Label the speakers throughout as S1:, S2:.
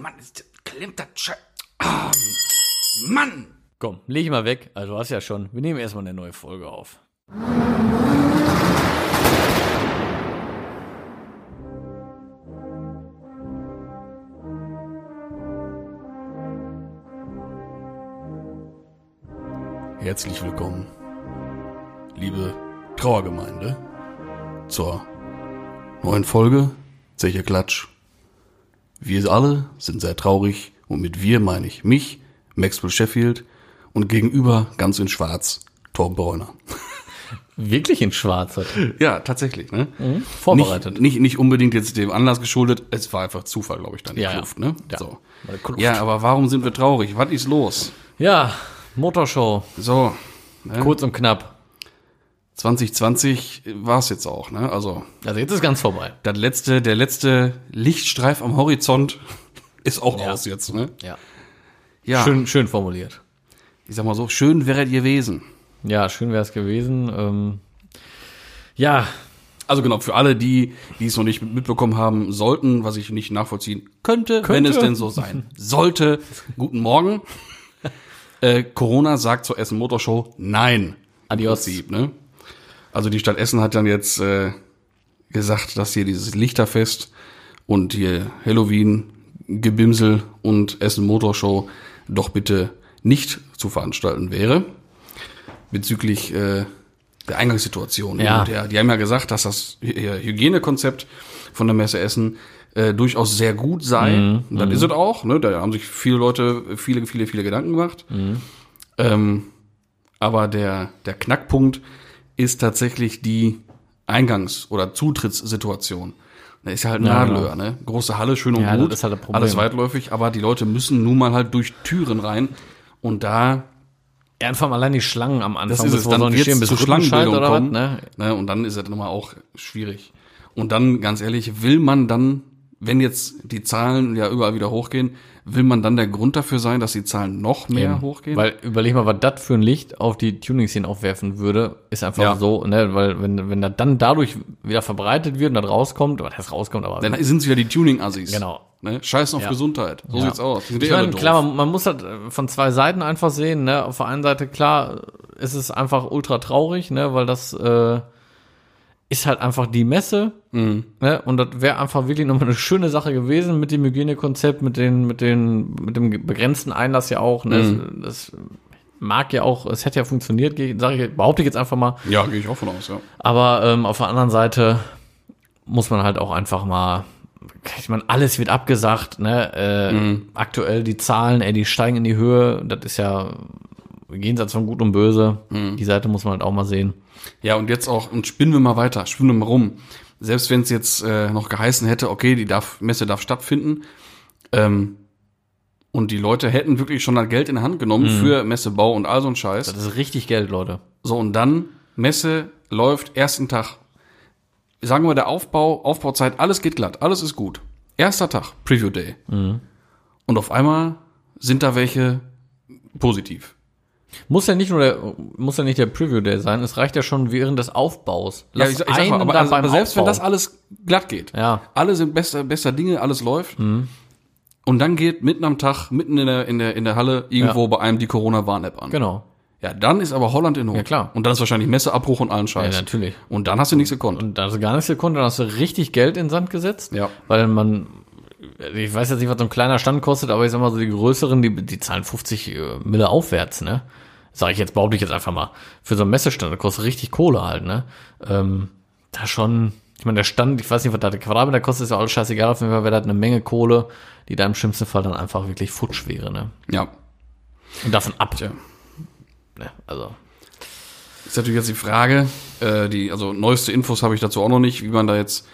S1: Mann, ist, klemmt das Scheiß. Ah, Mann!
S2: Komm, leg ich mal weg. Also du hast ja schon. Wir nehmen erstmal eine neue Folge auf.
S3: Herzlich willkommen, liebe Trauergemeinde, zur neuen Folge Zeche Klatsch. Wir alle sind sehr traurig und mit wir meine ich mich, Maxwell Sheffield und gegenüber ganz in Schwarz Torben Bräuner.
S2: Wirklich in Schwarz heute.
S3: Ja, tatsächlich. Ne?
S2: Vorbereitet.
S3: Nicht, nicht, nicht unbedingt jetzt dem Anlass geschuldet, es war einfach Zufall, glaube ich, dann die
S2: Ja, ja.
S3: Kluft. Ne?
S2: Ja.
S3: So.
S2: Mal Kluft.
S3: ja, aber warum sind wir traurig? Was ist los?
S2: Ja, Motorshow.
S3: So, ne?
S2: Kurz und knapp.
S3: 2020 war es jetzt auch. Ne? Also
S2: Also jetzt ist ganz vorbei.
S3: das letzte, der letzte Lichtstreif am Horizont ist auch raus jetzt, ne?
S2: Ja.
S3: Ja,
S2: Schön, schön formuliert.
S3: ich sag mal so, schön wäre es gewesen.
S2: Ja, schön wäre es gewesen. Ähm, ja,
S3: Also genau, für alle, die, die es noch nicht mitbekommen haben sollten, was ich nicht nachvollziehen könnte, wenn
S2: Könnte.
S3: es denn so sein sollte. Guten Morgen. Äh, Corona sagt zur Essen Motorshow nein.
S2: Adios.
S3: Prinzip, ne? Also die Stadt Essen hat dann jetzt äh, gesagt, dass hier dieses Lichterfest und hier Halloween, Gebimsel und Essen Motorshow doch bitte nicht zu veranstalten wäre. Bezüglich äh, der Eingangssituation.
S2: Ja.
S3: Und Der, die haben ja gesagt, dass das Hy- Hy- Hygienekonzept von der Messe Essen äh, durchaus sehr gut sei. Und das ist es auch. Ne? Da haben sich viele Leute viele, viele, viele Gedanken gemacht. Ähm, aber der, der Knackpunkt ist tatsächlich die Eingangs- oder Zutrittssituation. Da ist ja halt ein
S2: Ja, genau.
S3: Nadelöhr, ne? Große Halle, schön und
S2: Ja,
S3: gut.
S2: das ist halt das Problem.
S3: Alles weitläufig, aber die Leute müssen nun mal halt durch Türen rein. Und da,
S2: einfach allein die Schlangen am Anfang.
S3: das ist es,
S2: bevor
S3: dann
S2: sie
S3: wird
S2: stehen,
S3: zu
S2: bis
S3: Schlangenbildung
S2: Rückenscheid oder
S3: kommen.
S2: was, ne?
S3: Ne? Und dann ist es nochmal auch schwierig. Und dann, ganz ehrlich, will man dann, wenn jetzt die Zahlen ja überall wieder hochgehen, will man dann der Grund dafür sein, dass die Zahlen noch mehr
S2: Eben.
S3: hochgehen?
S2: Weil überleg mal, was das für ein Licht auf die Tuning-Szene aufwerfen würde, ist einfach
S3: Ja.
S2: so, ne, weil wenn, wenn das dann dadurch wieder verbreitet wird und das rauskommt, was heißt rauskommt, aber
S3: Dann sind es wieder die Tuning-Assis.
S2: Genau.
S3: Ne? Scheißen auf
S2: Ja.
S3: Gesundheit. So
S2: Ja.
S3: sieht's aus. Die sind
S2: Ich
S3: eh alle
S2: meine,
S3: doof.
S2: klar, man, man muss das äh, von zwei Seiten einfach sehen. Ne? Auf der einen Seite, klar, ist es einfach ultra traurig, ne? weil das äh, ist halt einfach die Messe.
S3: Mhm.
S2: Ne? Und das wäre einfach wirklich nochmal eine schöne Sache gewesen mit dem Hygienekonzept, mit, den, mit, den, mit dem ge- begrenzten Einlass ja auch. Ne? Das, das mag ja auch, es hätte ja funktioniert, ge- sag ich, behaupte ich jetzt einfach mal.
S3: Ja, gehe ich auch von aus, ja.
S2: Aber ähm, auf der anderen Seite muss man halt auch einfach mal, ich meine, alles wird abgesagt, ne? Äh, Aktuell die Zahlen, ey, die steigen in die Höhe. Das ist ja jenseits von Gut und Böse. Die Seite muss man halt auch mal sehen.
S3: Ja, und jetzt auch, und spinnen wir mal weiter, spinnen wir mal rum. Selbst wenn es jetzt äh, noch geheißen hätte, okay, die darf, Messe darf stattfinden, ähm, und die Leute hätten wirklich schon das Geld in die Hand genommen für Messebau und all so ein Scheiß.
S2: Mhm. Das ist richtig Geld, Leute.
S3: So, und dann Messe läuft ersten Tag. Sagen wir, der Aufbau, Aufbauzeit, alles geht glatt, alles ist gut. Erster Tag, Preview Day.
S2: Mhm.
S3: Und auf einmal sind da welche positiv.
S2: Muss ja nicht nur der, muss ja nicht der Preview Day sein. Es reicht ja schon während des Aufbaus.
S3: Ja, ich, sag- ich sag mal,
S2: einen
S3: aber,
S2: dann
S3: also,
S2: beim
S3: aber selbst wenn
S2: Aufbau.
S3: das alles glatt geht,
S2: Ja. Mhm.
S3: alle sind bester, bester Dinge, alles läuft. Und dann geht mitten am Tag, mitten in der, in der, in der Halle, irgendwo bei einem die Corona-Warn-App an.
S2: Genau.
S3: Ja, dann ist aber Holland in Not.
S2: Ja, klar.
S3: Und dann ist wahrscheinlich Messeabbruch und allen Scheiß.
S2: Ja, natürlich.
S3: Und dann hast du nichts gekonnt.
S2: Und da hast du gar nichts gekonnt, dann hast du richtig Geld in den Sand gesetzt.
S3: Ja.
S2: Weil man, ich weiß jetzt nicht, was so ein kleiner Stand kostet, aber ich sag mal, so die größeren, die, die zahlen 50 äh, Mille aufwärts, ne? Sag ich jetzt, behaupte ich jetzt einfach mal. Für so einen Messestand, das kostet richtig Kohle halt, ne? Ähm, da schon, ich meine, der Stand, ich weiß nicht, was da der Quadratmeter kostet, ist ja alles scheißegal, auf jeden Fall wäre das eine Menge Kohle, die da im schlimmsten Fall dann einfach wirklich futsch wäre, ne?
S3: ja.
S2: Und davon ab.
S3: Tja.
S2: Ne? Also,
S3: Ist natürlich jetzt die Frage, äh, die, also neueste Infos habe ich dazu auch noch nicht, wie man da jetzt,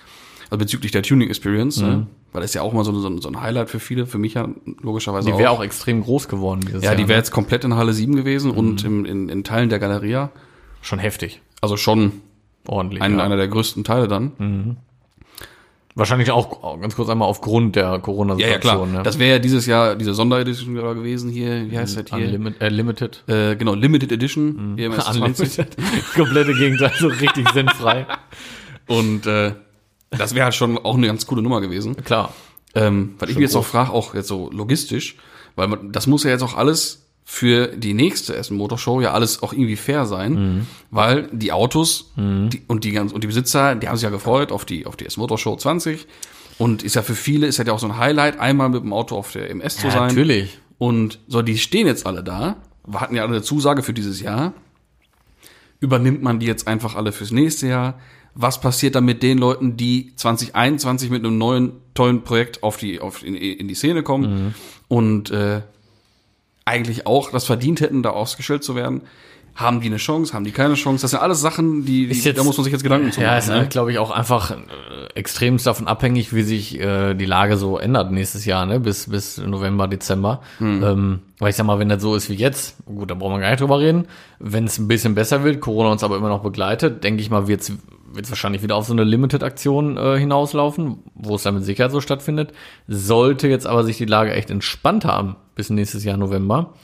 S3: also bezüglich der Tuning Experience,
S2: Mhm.
S3: ne? weil das ist ja auch mal so, so, so ein Highlight für viele, für mich ja logischerweise
S2: die wäre auch extrem groß geworden dieses
S3: Ja,
S2: Jahr.
S3: die wäre
S2: ne? Mhm.
S3: jetzt komplett in Halle 7 gewesen und im, in, in Teilen der Galeria.
S2: schon heftig.
S3: Also schon
S2: Ordentlich.
S3: ein,
S2: ja. Mhm.
S3: einer der größten Teile dann.
S2: Wahrscheinlich auch ganz kurz einmal aufgrund der Corona-Situation. Ne?
S3: Das wäre ja dieses Jahr diese Sonderedition gewesen hier. Wie heißt das hier?
S2: Unlimit- äh, limited.
S3: Äh, genau, Limited Edition. Hier im S20.
S2: Mhm. Unlimited. Komplette Gegenteil, so richtig sinnfrei.
S3: Und äh, das wäre halt schon auch eine ganz coole Nummer gewesen.
S2: Klar.
S3: Ähm, was ich mich jetzt auch frage, auch jetzt so logistisch, weil man, das muss ja jetzt auch alles für die nächste Essen Motorshow ja alles auch irgendwie fair sein,
S2: Mhm.
S3: weil die Autos die, und die ganz und die Besitzer, die haben sich ja gefreut auf die auf die Essen Motorshow 20 und ist ja für viele ist ja auch so ein Highlight, einmal mit dem Auto auf der MS zu
S2: Ja,
S3: sein.
S2: natürlich.
S3: Und so, die stehen jetzt alle da. Wir hatten ja alle eine Zusage für dieses Jahr. Übernimmt man die jetzt einfach alle fürs nächste Jahr? Was passiert dann mit den Leuten, die 2021 mit einem neuen, tollen Projekt auf die, auf, in, in die Szene kommen
S2: Mhm.
S3: und äh, eigentlich auch das verdient hätten, da ausgestellt zu werden? Haben die eine Chance? Haben die keine Chance? Das sind alles Sachen, die, die
S2: Ist jetzt-
S3: da muss man sich jetzt Gedanken zu machen.
S2: Ja, ist, halt-
S3: ne?
S2: glaube ich, auch einfach äh, extrem davon abhängig, wie sich äh, die Lage so ändert nächstes Jahr, ne? Bis, bis November, Dezember. Ähm, weil ich sag mal, wenn das so ist wie jetzt, gut, da brauchen wir gar nicht drüber reden. Wenn es ein bisschen besser wird, Corona uns aber immer noch begleitet, denke ich mal, wird es wahrscheinlich wieder auf so eine Limited-Aktion äh, hinauslaufen, wo es dann mit Sicherheit so stattfindet. Sollte jetzt aber sich die Lage echt entspannt haben bis nächstes Jahr November,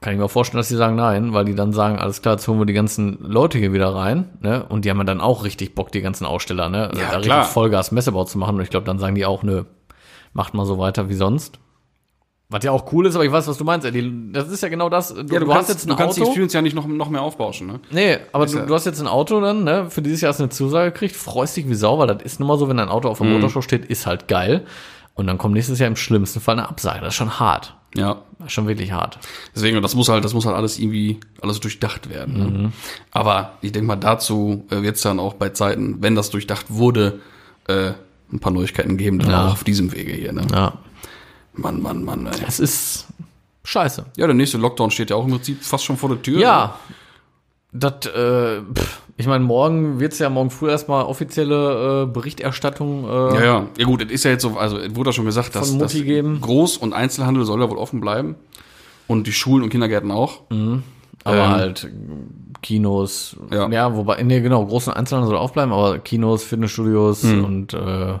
S2: kann ich mir auch vorstellen, dass die sagen nein, weil die dann sagen, alles klar, jetzt holen wir die ganzen Leute hier wieder rein, ne? Und die haben ja dann auch richtig Bock, die ganzen Aussteller, ne?
S3: Ja, klar.
S2: da richtig Vollgas Messebau zu machen. Und ich glaube, dann sagen die auch, nö, macht mal so weiter wie sonst. Was ja auch cool ist, aber ich weiß, was du meinst. Eddie. Das ist ja genau das. Du,
S3: ja, du, kannst,
S2: jetzt ein
S3: du kannst die
S2: Auto.
S3: Experience ja nicht noch, noch mehr aufbauschen. Ne?
S2: Nee, aber du, du hast jetzt ein Auto dann, ne? Für dieses Jahr hast du eine Zusage gekriegt, freust dich wie Sau, weil das ist nun mal so, wenn ein Auto auf
S3: Mhm.
S2: der Motorshow steht, ist halt geil. Und dann kommt nächstes Jahr im schlimmsten Fall eine Absage. Das ist schon hart.
S3: Ja.
S2: Das ist schon wirklich hart.
S3: Deswegen, das muss halt, das muss halt alles irgendwie, alles durchdacht werden. Ne?
S2: Mhm.
S3: Aber ich denke mal, dazu äh, wird es dann auch bei Zeiten, wenn das durchdacht wurde, äh, ein paar Neuigkeiten geben, dann auch auf diesem Wege hier. Ne?
S2: Ja.
S3: Mann, Mann, Mann. Ey.
S2: Es ist scheiße.
S3: Ja, der nächste Lockdown steht ja auch im Prinzip fast schon vor der Tür.
S2: Ja. Das, äh, pff, ich meine, morgen wird's ja morgen früh erstmal offizielle äh, Berichterstattung. Äh,
S3: Ne? Ja, ja. Ja gut, es ist ja jetzt so, also es wurde ja schon gesagt, dass,
S2: Von
S3: dass
S2: Mutti geben.
S3: Groß- und Einzelhandel soll ja wohl offen bleiben. Und die Schulen und Kindergärten auch.
S2: Mhm. Aber
S3: Ähm,
S2: halt Kinos, ja,
S3: Ja.
S2: wobei, nee, genau, großen Einzelhandel soll aufbleiben, aber Kinos, Fitnessstudios
S3: Mhm.
S2: und äh,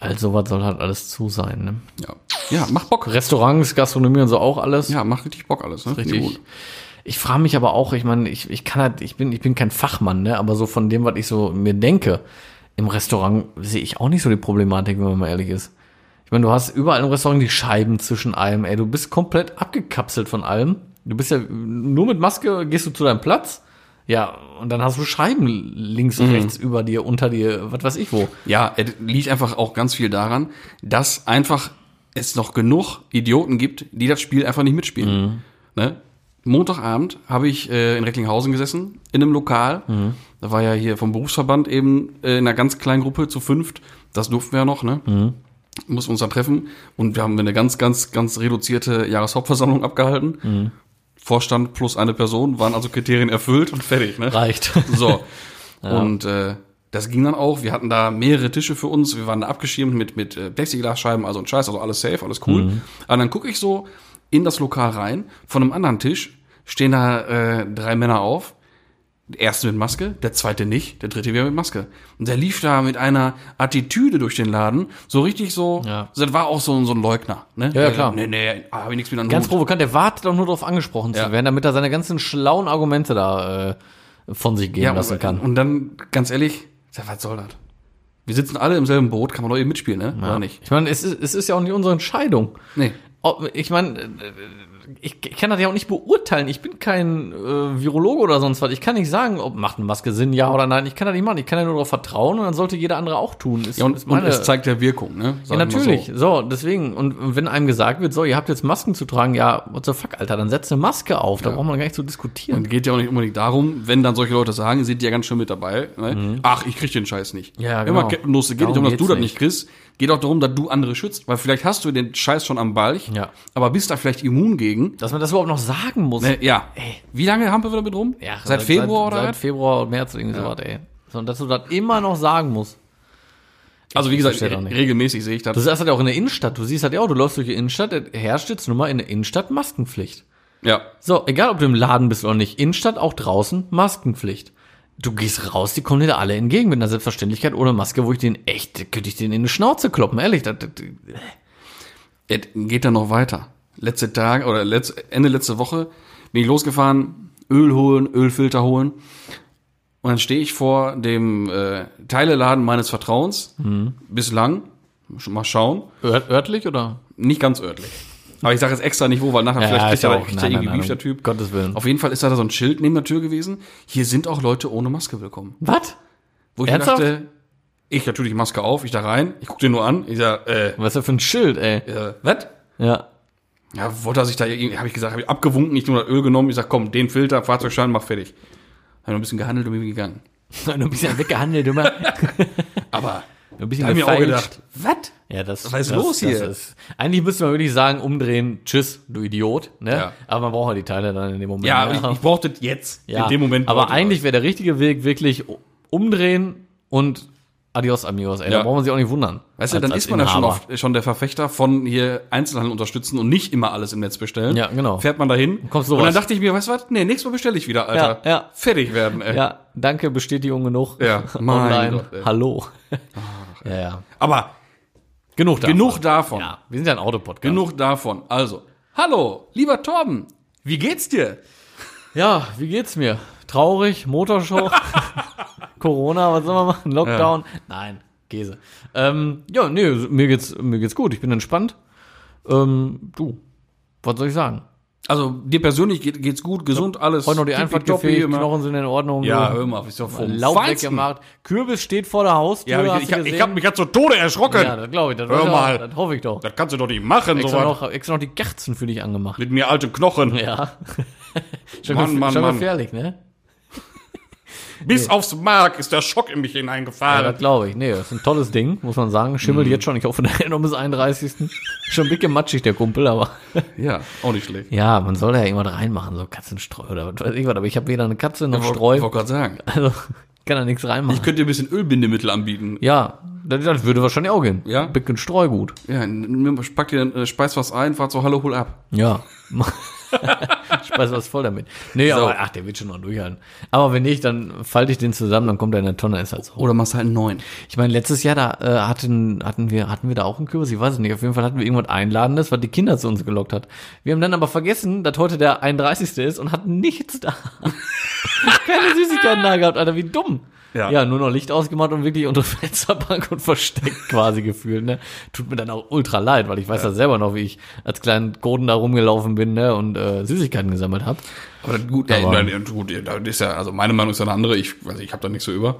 S2: all sowas soll halt alles zu sein. Ne?
S3: Ja. ja, macht Bock.
S2: Restaurants, Gastronomie und so auch alles.
S3: Ja, macht richtig Bock alles. Ne?
S2: Richtig.
S3: Gut.
S2: Ich frage mich aber auch, ich meine, ich, ich kann halt, ich bin, ich bin kein Fachmann, ne? Aber so von dem, was ich so mir denke, im Restaurant sehe ich auch nicht so die Problematik, wenn man mal ehrlich ist. Ich meine, du hast überall im Restaurant die Scheiben zwischen allem, ey. Du bist komplett abgekapselt von allem. Du bist ja nur mit Maske gehst du zu deinem Platz. Ja, und dann hast du Scheiben links und rechts über dir, unter dir, was weiß ich wo.
S3: Ja, es liegt einfach auch ganz viel daran, dass einfach es noch genug Idioten gibt, die das Spiel einfach nicht mitspielen. Ne? Montagabend habe ich äh, in Recklinghausen gesessen, in einem Lokal. Da war ja hier vom Berufsverband eben äh, in einer ganz kleinen Gruppe zu fünft. Das durften wir ja noch, ne? Mussten uns dann treffen. Und wir haben eine ganz, ganz, ganz reduzierte Jahreshauptversammlung abgehalten. Vorstand plus eine Person, waren also Kriterien erfüllt und fertig, ne?
S2: Reicht.
S3: So. Und äh, das ging dann auch. Wir hatten da mehrere Tische für uns. Wir waren da abgeschirmt mit, mit äh, Plexiglasscheiben, also ein Scheiß, also alles safe, alles cool.
S2: Mhm.
S3: Und dann gucke ich so in das Lokal rein. Von einem anderen Tisch stehen da äh, drei Männer auf. Der erste mit Maske, der zweite nicht, der dritte wieder mit Maske. Und der lief da mit einer Attitüde durch den Laden, so richtig so,
S2: Ja.
S3: das war auch so, so ein Leugner. Ne?
S2: Ja, ja, klar.
S3: Nee, nee, habe ich nichts mit an den
S2: Ganz
S3: Hut.
S2: provokant, der wartet doch nur darauf angesprochen zu
S3: Ja.
S2: werden, damit er seine ganzen schlauen Argumente da äh, von sich gehen lassen
S3: und,
S2: kann.
S3: Und dann, ganz ehrlich, sag, was soll das? Wir sitzen alle im selben Boot, kann man doch eben mitspielen, ne? Oder nicht?
S2: Ich meine, es ist, es ist ja auch nicht unsere Entscheidung.
S3: Nee.
S2: Ob- Ich meine, äh, ich ich kann das ja auch nicht beurteilen. Ich bin kein äh, Virologe oder sonst was. Ich kann nicht sagen, ob macht eine Maske Sinn, ja oder nein. Ich kann da nicht machen. Ich kann ja nur darauf vertrauen und dann sollte jeder andere auch tun. Ist,
S3: Ja, und,
S2: ist
S3: und es zeigt ja Wirkung, ne?
S2: ja,
S3: Sagen wir mal
S2: natürlich.
S3: So.
S2: So. deswegen. Und wenn einem gesagt wird, so, ihr habt jetzt Masken zu tragen, ja, what the fuck, Alter, dann setzt eine Maske auf. Da braucht man gar nicht zu diskutieren.
S3: Und geht ja auch nicht unbedingt darum, wenn dann solche Leute sagen, sind die ja ganz schön mit dabei. Ne? Ach, ich krieg den Scheiß nicht.
S2: Mhm. Ja,
S3: Immer
S2: genau.
S3: Kettenlose geht nicht
S2: Darum
S3: darum, dass du
S2: geht's
S3: das
S2: nicht.
S3: nicht kriegst. Geht auch darum, dass du andere schützt. Weil vielleicht hast du den Scheiß schon am Balch,
S2: Ja.
S3: aber bist da vielleicht immun gegen.
S2: Dass man das überhaupt noch sagen muss.
S3: Ne, ja. Wie lange haben wir damit rum?
S2: Ja,
S3: seit Februar
S2: seit,
S3: oder
S2: Seit
S3: was?
S2: Februar, März, irgendwie sowas, ey. So, und dass du das immer noch sagen musst.
S3: Also wie gesagt,
S2: versteh das nicht.
S3: regelmäßig sehe ich das.
S2: Du siehst das ja auch in der Innenstadt. Du siehst halt ja auch, du läufst durch die Innenstadt, es herrscht jetzt nun mal in der Innenstadt Maskenpflicht.
S3: ja.
S2: So, egal ob du im Laden bist oder nicht, Innenstadt auch draußen Maskenpflicht. Du gehst raus, die kommen dir da alle entgegen mit einer Selbstverständlichkeit ohne Maske, wo ich den echt, könnte ich den in die Schnauze kloppen, ehrlich. Das, das,
S3: Es geht dann noch weiter. Letzte Tag oder letz, Ende letzte Woche bin ich losgefahren, Öl holen, Ölfilter holen. Und dann stehe ich vor dem äh, Teileladen meines Vertrauens. Bislang. Mal schauen.
S2: Ört, örtlich oder?
S3: Nicht ganz örtlich. Aber ich sage jetzt extra nicht wo, weil nachher vielleicht kriegt er- kriegt er irgendwie Beef, der Typ.
S2: um Gottes Willen.
S3: Auf jeden Fall ist da so ein Schild neben der Tür gewesen. Hier sind auch Leute ohne Maske willkommen.
S2: Was?
S3: Wo ich mir
S2: Ernsthaft?
S3: dachte, ich natürlich Maske auf, ich da rein, ich guck den nur an, ich sag, äh,
S2: Was ist das für ein Schild, ey?
S3: äh, was?
S2: Ja.
S3: Ja, wollte er sich da irgendwie, habe ich gesagt, habe ich abgewunken, ich nur das Öl genommen, ich sag, komm, den Filter, Fahrzeugschein, mach fertig. Hab noch ein bisschen gehandelt und bin gegangen.
S2: du bist ja weggehandelt, du mal.
S3: Aber
S2: Ein bisschen
S3: da hab ich mir auch
S2: gefeilscht.
S3: gedacht, was?
S2: Ja, das,
S3: Was ist
S2: das,
S3: los
S2: das
S3: hier?
S2: Ist, eigentlich müsste man wirklich sagen, umdrehen, tschüss, du Idiot. Ne?
S3: Ja.
S2: Aber man braucht ja die Teile dann in dem Moment. ne?
S3: Ja, Ich, ich brauchte das jetzt,
S2: Ja,
S3: in dem Moment.
S2: Aber
S3: brauchte ich
S2: eigentlich wäre der richtige Weg wirklich umdrehen und adios, amigos. Ey,
S3: Ja.
S2: da braucht man sich auch nicht wundern.
S3: das. Weißt du,
S2: Als-
S3: dann
S2: als
S3: ist man ja schon,
S2: Inhaber.
S3: oft, schon der Verfechter von hier Einzelhandel unterstützen und nicht immer alles im Netz bestellen.
S2: Ja, genau.
S3: Fährt man dahin.
S2: Kommt sowas.
S3: und dann dachte ich mir, weißt du was? Nee, nächstes Mal bestelle ich wieder, Alter.
S2: Ja, ja.
S3: Fertig werden, ey.
S2: Ja, danke, Bestätigung genug.
S3: Ja, mein
S2: online.
S3: Gott, ey.
S2: Hallo. ja, ja.
S3: Aber
S2: Genug davon.
S3: genug davon.
S2: Ja, wir sind ja ein Autopodcast.
S3: Genug davon. Also, hallo, lieber Torben, wie geht's dir?
S2: Ja, wie geht's mir? Traurig, Motorshow, Corona, was soll man machen? Lockdown? Nein, Käse. Ähm, ja, nee, mir geht's, mir geht's gut. Ich bin entspannt. Ähm, du, was soll ich sagen?
S3: Also, dir persönlich geht, geht's gut, gesund, alles.
S2: Heute noch die Einfahrt gefegt,
S3: immer.
S2: Knochen sind in Ordnung.
S3: Ja,
S2: so.
S3: hör mal, ist doch vom
S2: Laub
S3: Feinsten.
S2: weggemacht. Kürbis steht vor der Haustür.
S3: Ja, hab
S2: hast
S3: ich,
S2: du
S3: ich, ich
S2: gesehen?
S3: hab mich gerade zu Tode erschrocken.
S2: Ja, das glaube ich. Das,
S3: Hör
S2: weiß ich auch,
S3: mal.
S2: das hoffe ich doch.
S3: Das kannst du doch nicht machen,
S2: Extra
S3: so
S2: noch, extra noch die Kerzen für dich angemacht.
S3: Mit mir alten Knochen.
S2: Ja. schon
S3: Mann,
S2: gef-
S3: Mann,
S2: schon
S3: Mann.
S2: gefährlich, ne?
S3: Bis aufs Mark ist der Schock in mich
S2: Ja,
S3: hineingefahren.
S2: das glaube ich. Nee, das ist ein tolles Ding, muss man sagen. Schimmelt jetzt schon, ich hoffe, nachher noch bis 31. schon ein bisschen matschig, der Kumpel, aber.
S3: Ja, auch nicht schlecht.
S2: Ja, man soll da ja irgendwas reinmachen, so Katzenstreu oder was weiß ich was. Aber ich habe weder eine Katze noch
S3: Ich
S2: Streu.
S3: wollte gerade sagen.
S2: Also, kann da nichts reinmachen.
S3: Ich könnte dir ein bisschen Ölbindemittel anbieten.
S2: ja, das, das würde wahrscheinlich auch gehen.
S3: Ja?
S2: Ein bisschen Streugut.
S3: Ja, n- pack dir, äh, speis was ein, fahr so, hallo, hol ab.
S2: Ja. ich weiß was voll damit. Nee, aber ach, der wird schon noch durchhalten. Aber wenn nicht, dann falte ich den zusammen, dann kommt er in der Tonne, ist halt so.
S3: Oder machst halt einen neuen.
S2: Ich meine, letztes Jahr da äh, hatten hatten wir hatten wir da auch einen Kürbis, ich weiß es nicht. Auf jeden Fall hatten wir irgendwas Einladendes, was die Kinder zu uns gelockt hat. Wir haben dann aber vergessen, dass heute der 31. ist und hatten nichts da. Keine Süßigkeiten da gehabt, Alter, wie dumm.
S3: Ja.
S2: ja, nur noch Licht ausgemacht und wirklich unter Fensterbank und versteckt quasi gefühlt, ne? Tut mir dann auch ultra leid, weil ich weiß ja selber noch, wie ich als kleinen Goden da rumgelaufen bin, ne? Und äh, Süßigkeiten gesammelt habe.
S3: Aber das- gut,
S2: Aber-
S3: ja, ja, gut, ja, das ist ja, also meine Meinung ist ja eine andere. Ich, weiß, ich habe da nichts so über.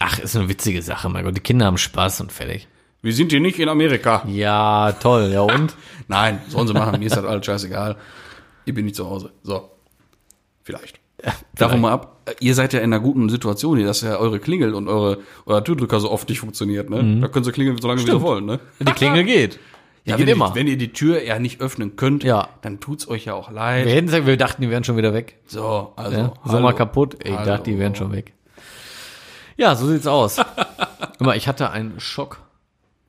S2: Ach, ist eine witzige Sache, mein Gott. Die Kinder haben Spaß und fertig.
S3: Wir sind hier nicht in Amerika.
S2: Ja, toll, ja und?
S3: Nein, sollen sie machen. Mir ist das alles scheißegal. Ich bin nicht zu Hause. So. Vielleicht. Davon mal ab. Äh, Ihr seid ja in einer guten Situation hier, dass ja eure Klingel und eure, euer Türdrücker so oft nicht funktioniert, ne? Da können sie klingeln, solange wie sie wollen, ne?
S2: Die Klingel geht. Die
S3: Ja,
S2: geht
S3: wenn
S2: immer.
S3: Ihr, wenn ihr die Tür ja nicht öffnen könnt,
S2: Ja.
S3: dann tut's euch ja auch leid.
S2: wir hätten gesagt, wir dachten, die wären schon wieder weg.
S3: So, also.
S2: Ja?
S3: hallo.
S2: Sommer kaputt. Ey, ich
S3: Hallo.
S2: dachte, die wären schon weg. Ja, so sieht's aus. Immer, ich hatte einen Schock.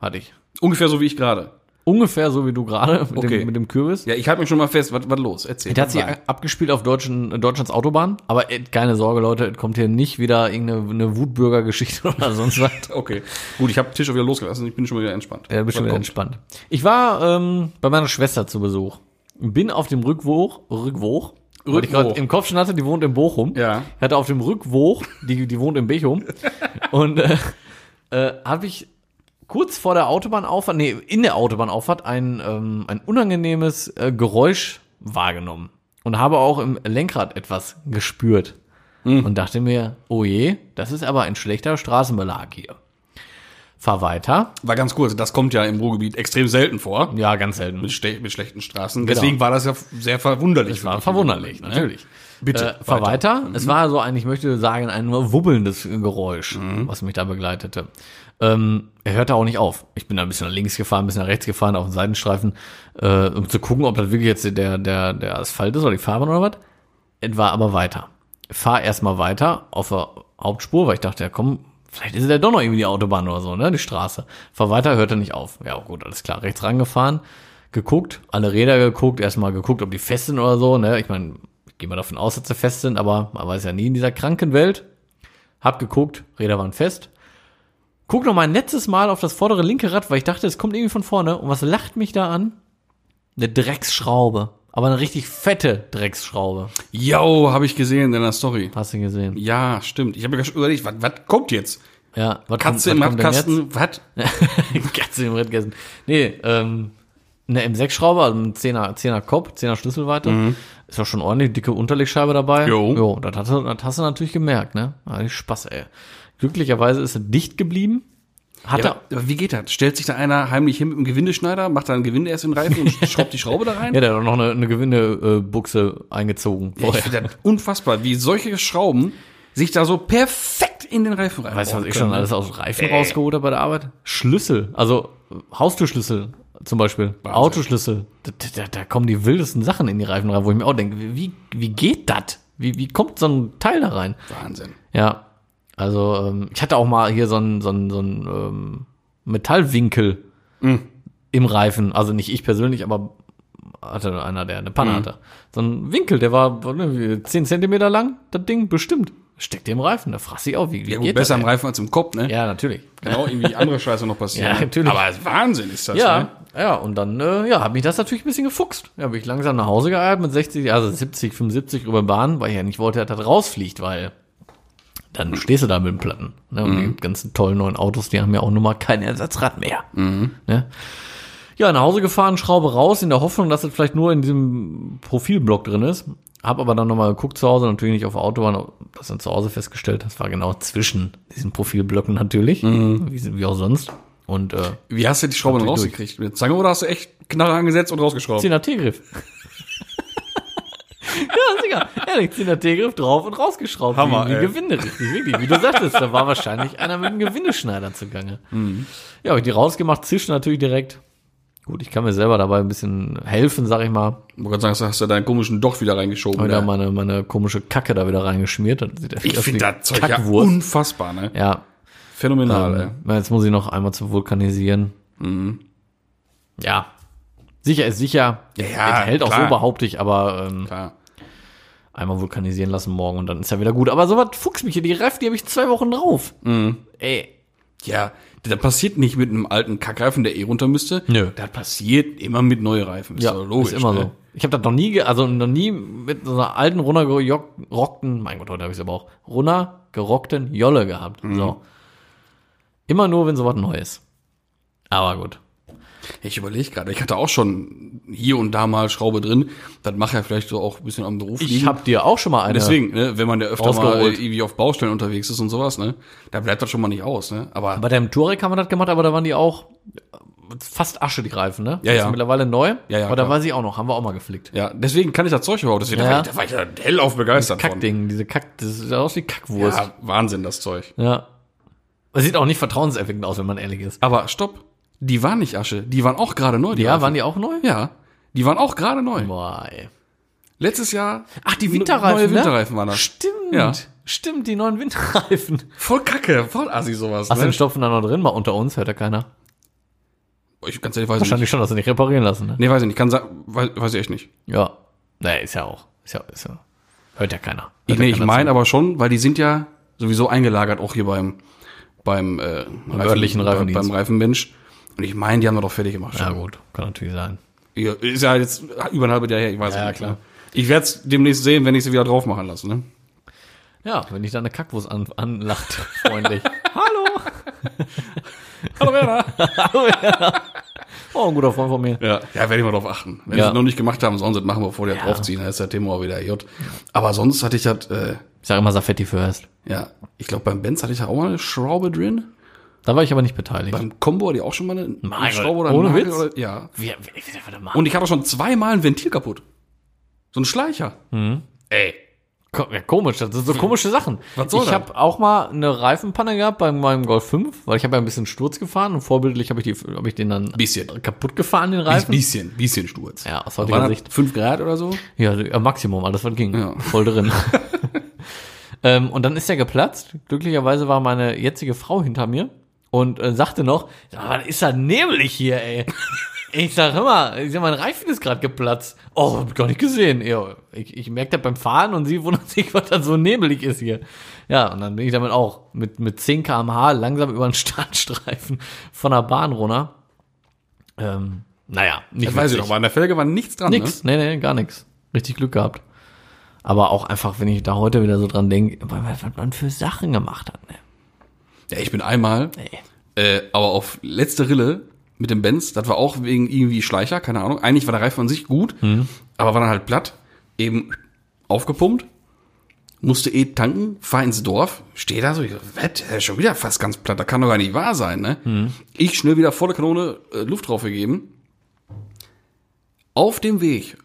S2: Hatte ich.
S3: Ungefähr so wie ich gerade.
S2: Ungefähr so wie du gerade mit,
S3: Okay.
S2: dem, mit dem Kürbis.
S3: Ja, ich halte mich schon mal fest. Was, was los? Erzähl.
S2: Der hat sich
S3: Nein.
S2: abgespielt auf deutschen, äh, Deutschlands Autobahn. Aber äh, keine Sorge, Leute, es kommt hier nicht wieder irgendeine eine Wutbürgergeschichte oder sonst was.
S3: Okay. Gut, ich habe Tisch wieder losgelassen. Ich bin schon wieder entspannt.
S2: Ja,
S3: Was
S2: bestimmt
S3: kommt?
S2: entspannt. Ich war ähm, bei meiner Schwester zu Besuch. Bin auf dem Rückwog, Rückwog, weil ich gerade im Kopf schon hatte, die wohnt in Bochum.
S3: Ja.
S2: Ich hatte auf dem Rückwog, die, die wohnt in Bechum. und äh, äh, habe ich kurz vor der Autobahnauffahrt, nee, in der Autobahnauffahrt ein, ähm, ein unangenehmes äh, Geräusch wahrgenommen. Und habe auch im Lenkrad etwas gespürt. Und dachte mir, oh je, das ist aber ein schlechter Straßenbelag hier. Fahr weiter.
S3: War ganz kurz. Das kommt ja im Ruhrgebiet extrem selten vor.
S2: Ja, ganz selten.
S3: Mit, ste mit schlechten Straßen. Deswegen war das ja f- sehr verwunderlich.
S2: Es Genau. war
S3: für mich.
S2: verwunderlich,
S3: Ne?
S2: natürlich.
S3: Bitte,
S2: Äh, fahr weiter. Es war so ein, ich möchte sagen, ein wubbelndes Geräusch, was mich da begleitete. Ähm, er hörte auch nicht auf. Ich bin da ein bisschen nach links gefahren, ein bisschen nach rechts gefahren, auf den Seitenstreifen, äh, um zu gucken, ob das wirklich jetzt der, der, der Asphalt ist oder die Fahrbahn oder was. Es war aber weiter. Fahr erstmal weiter auf der Hauptspur, weil ich dachte, ja komm, vielleicht ist ja doch noch irgendwie die Autobahn oder so, ne, die Straße. Fahr weiter, hörte nicht auf. Ja, gut, alles klar. Rechts rangefahren, geguckt, alle Räder geguckt, erstmal geguckt, ob die fest sind oder so, ne. Ich meine, ich gehe mal davon aus, dass sie fest sind, aber man weiß ja nie in dieser kranken Welt. Hab geguckt, Räder waren fest. Guck noch mal ein letztes Mal auf das vordere linke Rad, weil ich dachte, es kommt irgendwie von vorne. Und was lacht mich da an? Eine Drecksschraube. Aber eine richtig fette Drecksschraube.
S3: Jo, habe ich gesehen in deiner Story.
S2: Hast du gesehen?
S3: Ja, stimmt. Ich habe mir gerade schon überlegt, was, was kommt jetzt?
S2: Ja, was
S3: Katze im
S2: kommt- was kommt denn
S3: Radkasten, was?
S2: jetzt? Katze im Radkasten. Nee, ähm, eine M6-Schrauber, also ein 10er, 10er Kopf, 10er Schlüsselweite. Ist ja schon ordentlich dicke Unterlegscheibe dabei.
S3: Mhm. Jo.
S2: jo das, hast du, das hast du natürlich gemerkt, ne? Hatte Spaß, ey. Glücklicherweise ist er dicht geblieben. Hat
S3: Ja, aber wie geht das? Stellt sich da einer heimlich hin mit einem Gewindeschneider, macht da ein Gewinde erst in den Reifen und schraubt die Schraube da rein?
S2: er, ja, der hat doch noch eine, eine Gewindebuchse eingezogen.
S3: Ich finde das unfassbar, wie solche Schrauben sich da so perfekt in den Reifen rein. Oh,
S2: Weißt du, was ich schon alles aus
S3: Äh.
S2: Reifen rausgeholt habe bei der Arbeit? ne? Schlüssel, also äh, Haustürschlüssel zum Beispiel, Autoschlüssel. Da, da, da kommen die wildesten Sachen in die Reifen rein, wo ich mir auch denke, wie, wie geht das? Wie, wie kommt so ein Teil da rein?
S3: Wahnsinn.
S2: Ja, also ähm, ich hatte auch mal hier so einen, so einen, so einen ähm, Metallwinkel
S3: Hm.
S2: im Reifen. Also nicht ich persönlich, aber hatte einer, der eine
S3: Hm.
S2: Panne hatte. So ein Winkel, der war irgendwie 10 Zentimeter lang, das Ding bestimmt. Steckt im Reifen, da frag ich auch, wie, wie
S3: Ja, gut, besser
S2: das?
S3: im Reifen als im Kopf, ne?
S2: Ja, natürlich.
S3: Genau, irgendwie andere Scheiße noch passieren.
S2: Ja, natürlich.
S3: Aber Wahnsinn ist das, ne?
S2: Ja, ja, und dann äh, ja, hat mich das natürlich ein bisschen gefuchst. Ja, bin ich langsam nach Hause geeilt mit 60, also 70, 75 über Bahn, weil ich ja nicht wollte, dass das rausfliegt, weil dann stehst du da mit dem Platten. Ne? Und die ganzen tollen neuen Autos, die haben ja auch nun mal kein Ersatzrad mehr. Ne? Ja, nach Hause gefahren, Schraube raus, in der Hoffnung, dass das vielleicht nur in diesem Profilblock drin ist. Hab aber dann nochmal geguckt zu Hause, natürlich nicht auf der Autobahn, das dann zu Hause festgestellt, das war genau zwischen diesen Profilblöcken natürlich, wie, wie auch sonst. Und äh,
S3: Wie hast du die Schraube denn
S2: Natürlich
S3: rausgekriegt? Mit der Zange oder hast du echt Knarre angesetzt und rausgeschraubt?
S2: 10er T-Griff. ja, sicher. Ehrlich, 10er T-Griff drauf und rausgeschraubt.
S3: Hammer,
S2: wie, wie
S3: ey.
S2: Gewinde, richtig, wirklich. Wie du sagtest, da war wahrscheinlich einer mit einem Gewindeschneider zugange.
S3: Mhm.
S2: Ja, hab ich die rausgemacht, zischen natürlich direkt. Gut, ich kann mir selber dabei ein bisschen helfen, sag ich mal.
S3: Ich wollte gerade sagen, hast du deinen komischen Doch wieder reingeschoben.
S2: Hab
S3: ne?
S2: da meine, meine komische Kacke da wieder reingeschmiert. Das sieht
S3: ich finde das Zeug ja
S2: Kackwurst.
S3: unfassbar, ne?
S2: Ja, Ähm.
S3: Phänomenal, ey. Mhm.
S2: Ja, Jetzt muss ich noch einmal zu vulkanisieren. Ja. Sicher ist sicher.
S3: Ja, ja,
S2: Es hält auch
S3: klar.
S2: so behaupte ich, aber ähm,
S3: Klar.
S2: einmal vulkanisieren lassen morgen und dann ist ja wieder gut. Aber sowas fuchs mich hier. Die Reifen, die habe ich zwei Wochen drauf.
S3: Mhm.
S2: Ey.
S3: Ja, das passiert nicht mit einem alten Kackreifen, der eh runter müsste.
S2: Nö.
S3: Das passiert immer mit neuen Reifen. Ist
S2: Ja,
S3: doch
S2: logisch, ist immer
S3: ne?
S2: so. Ich habe das noch nie, ge also noch nie mit so einer alten, runtergerockten, mein Gott, heute habe ich es aber auch, runtergerockten Jolle gehabt.
S3: Mhm.
S2: So. Immer nur, wenn sowas neu ist. Aber gut.
S3: Ich überlege gerade, ich hatte auch schon hier und da mal Schraube drin. Das macht ja vielleicht so auch ein bisschen am Beruf
S2: Ich
S3: liegen.
S2: habe dir auch schon mal eine.
S3: Deswegen, ne, wenn man ja öfter mal
S2: Rausgeholt.
S3: irgendwie auf Baustellen unterwegs ist und sowas, ne, da bleibt das schon mal nicht aus, ne. Aber,
S2: Bei deinem Touareg haben wir das gemacht, aber da waren die auch äh, fast Asche, die Reifen, ne?
S3: Ja,
S2: Das
S3: ja.
S2: Ist mittlerweile neu.
S3: Ja, ja,
S2: aber da
S3: klar.
S2: war sie auch noch, haben wir auch mal geflickt.
S3: ja, deswegen kann ich das Zeug überhaupt. Deswegen
S2: Ja.
S3: da war ich- da war ich ja hellauf begeistert von.
S2: Kackding, diese Kack, das sieht aus wie Kackwurst.
S3: Ja, Wahnsinn, das Zeug.
S2: Ja. Das sieht auch nicht vertrauenserweckend aus, wenn man ehrlich ist.
S3: Aber stopp, die waren nicht Asche, die waren auch gerade neu. Die
S2: Ja, also
S3: Reifen.
S2: waren die auch neu?
S3: Ja, die waren auch gerade neu.
S2: Boah, ey.
S3: Letztes Jahr.
S2: Ach, die Winterreifen,
S3: Neue
S2: ne?
S3: Winterreifen waren das.
S2: Stimmt.
S3: Ja.
S2: Stimmt, die neuen Winterreifen.
S3: Voll Kacke, voll assi sowas.
S2: Hast du
S3: Ne?
S2: den Stopfen da noch drin? Mal unter uns, hört ja keiner.
S3: Ich ganz ehrlich weiß ich nicht.
S2: Wahrscheinlich schon, dass sie nicht reparieren lassen, ne?
S3: Nee, weiß ich nicht. Kann sagen, weiß, weiß ich echt nicht.
S2: Ja. Nee, ist ja auch. Ist ja, ist ja. Hört ja keiner. Hört
S3: Ich,
S2: ja
S3: nee, ich
S2: keiner
S3: meine aber schon, weil die sind ja sowieso eingelagert, auch hier beim, beim, äh,
S2: örtlichen
S3: beim,
S2: Reifendienst.
S3: beim Reifenmensch. Und ich meine, die haben wir doch fertig gemacht.
S2: zu. Ja, gut. Kann natürlich sein.
S3: Ja, Ist ja jetzt über ein halbes Jahr her, ich weiß
S2: Ja,
S3: es nicht.
S2: klar.
S3: ne? Ich werde es demnächst sehen, wenn ich sie wieder drauf machen lasse. Ne?
S2: Ja, wenn ich da eine Kackwurst an, anlacht, freundlich. Hallo.
S3: Hallo Werner.
S2: Oh, ein guter Freund von mir.
S3: ja, ja werde ich mal drauf achten. Wenn
S2: Ja.
S3: sie es noch nicht gemacht haben, sollen sie es machen, bevor die das
S2: Ja.
S3: draufziehen. Dann ist der Thema auch wieder J. Aber sonst hatte ich das, äh,
S2: Ich sage immer Safetti first.
S3: ja, ich glaube beim Benz hatte ich da auch mal eine Schraube drin.
S2: Da war ich aber nicht beteiligt.
S3: Beim Combo hatte ich auch schon mal eine, eine
S2: Mein
S3: Schraube
S2: Gott.
S3: oder einen
S2: Ohne
S3: Nagel
S2: Witz?
S3: Oder, ja.
S2: wir, wir, wir, wir machen.
S3: Und ich hatte schon zweimal ein Ventil kaputt. So ein Schleicher. Ey.
S2: Ko- Ja, komisch, das sind so komische Sachen.
S3: Was soll
S2: ich
S3: das?
S2: habe auch mal eine Reifenpanne gehabt bei meinem Golf 5, weil ich habe ja ein bisschen Sturz gefahren und vorbildlich habe ich, die- hab ich den dann
S3: Bisschen.
S2: kaputt gefahren, den Reifen.
S3: Bisschen, bisschen Sturz.
S2: Ja, aus
S3: Waren
S2: heutiger
S3: das
S2: Sicht.
S3: Fünf Grad oder so?
S2: Ja, so, ja, Maximum, alles was ging.
S3: Ja.
S2: Voll drin. ähm, und dann ist er geplatzt. Glücklicherweise war meine jetzige Frau hinter mir und äh, sagte noch, "Sag mal, ist da nebelig hier, ey? Ich sag immer, ich sag, mein Reifen ist gerade geplatzt. Oh, hab ich gar nicht gesehen. Ja, Ich, ich merke das beim Fahren und sie wundert sich, was da so nebelig ist hier. Ja, und dann bin ich damit auch mit, mit 10 kmh langsam über den Startstreifen von der Bahn runter. Ähm, naja, nicht
S3: Ich weiß ich
S2: witzig.
S3: noch, an der Felge war nichts dran. ne?
S2: Nix, Ne? nee, nee, gar nix. Richtig Glück gehabt. Aber auch einfach, wenn ich da heute wieder so dran denke, was man für Sachen gemacht hat, ne?
S3: Ja, ich bin einmal, äh, aber auf letzte Rille mit dem Benz, das war auch wegen irgendwie Schleicher, keine Ahnung. Eigentlich war der Reifen an sich gut, aber war dann halt platt, eben aufgepumpt, musste eh tanken, fahr ins Dorf, steh da so, ich so, wett, der ist schon wieder fast ganz platt, da kann doch gar nicht wahr sein, ne? Ich schnell wieder volle Kanone äh, Luft drauf gegeben. Auf dem Weg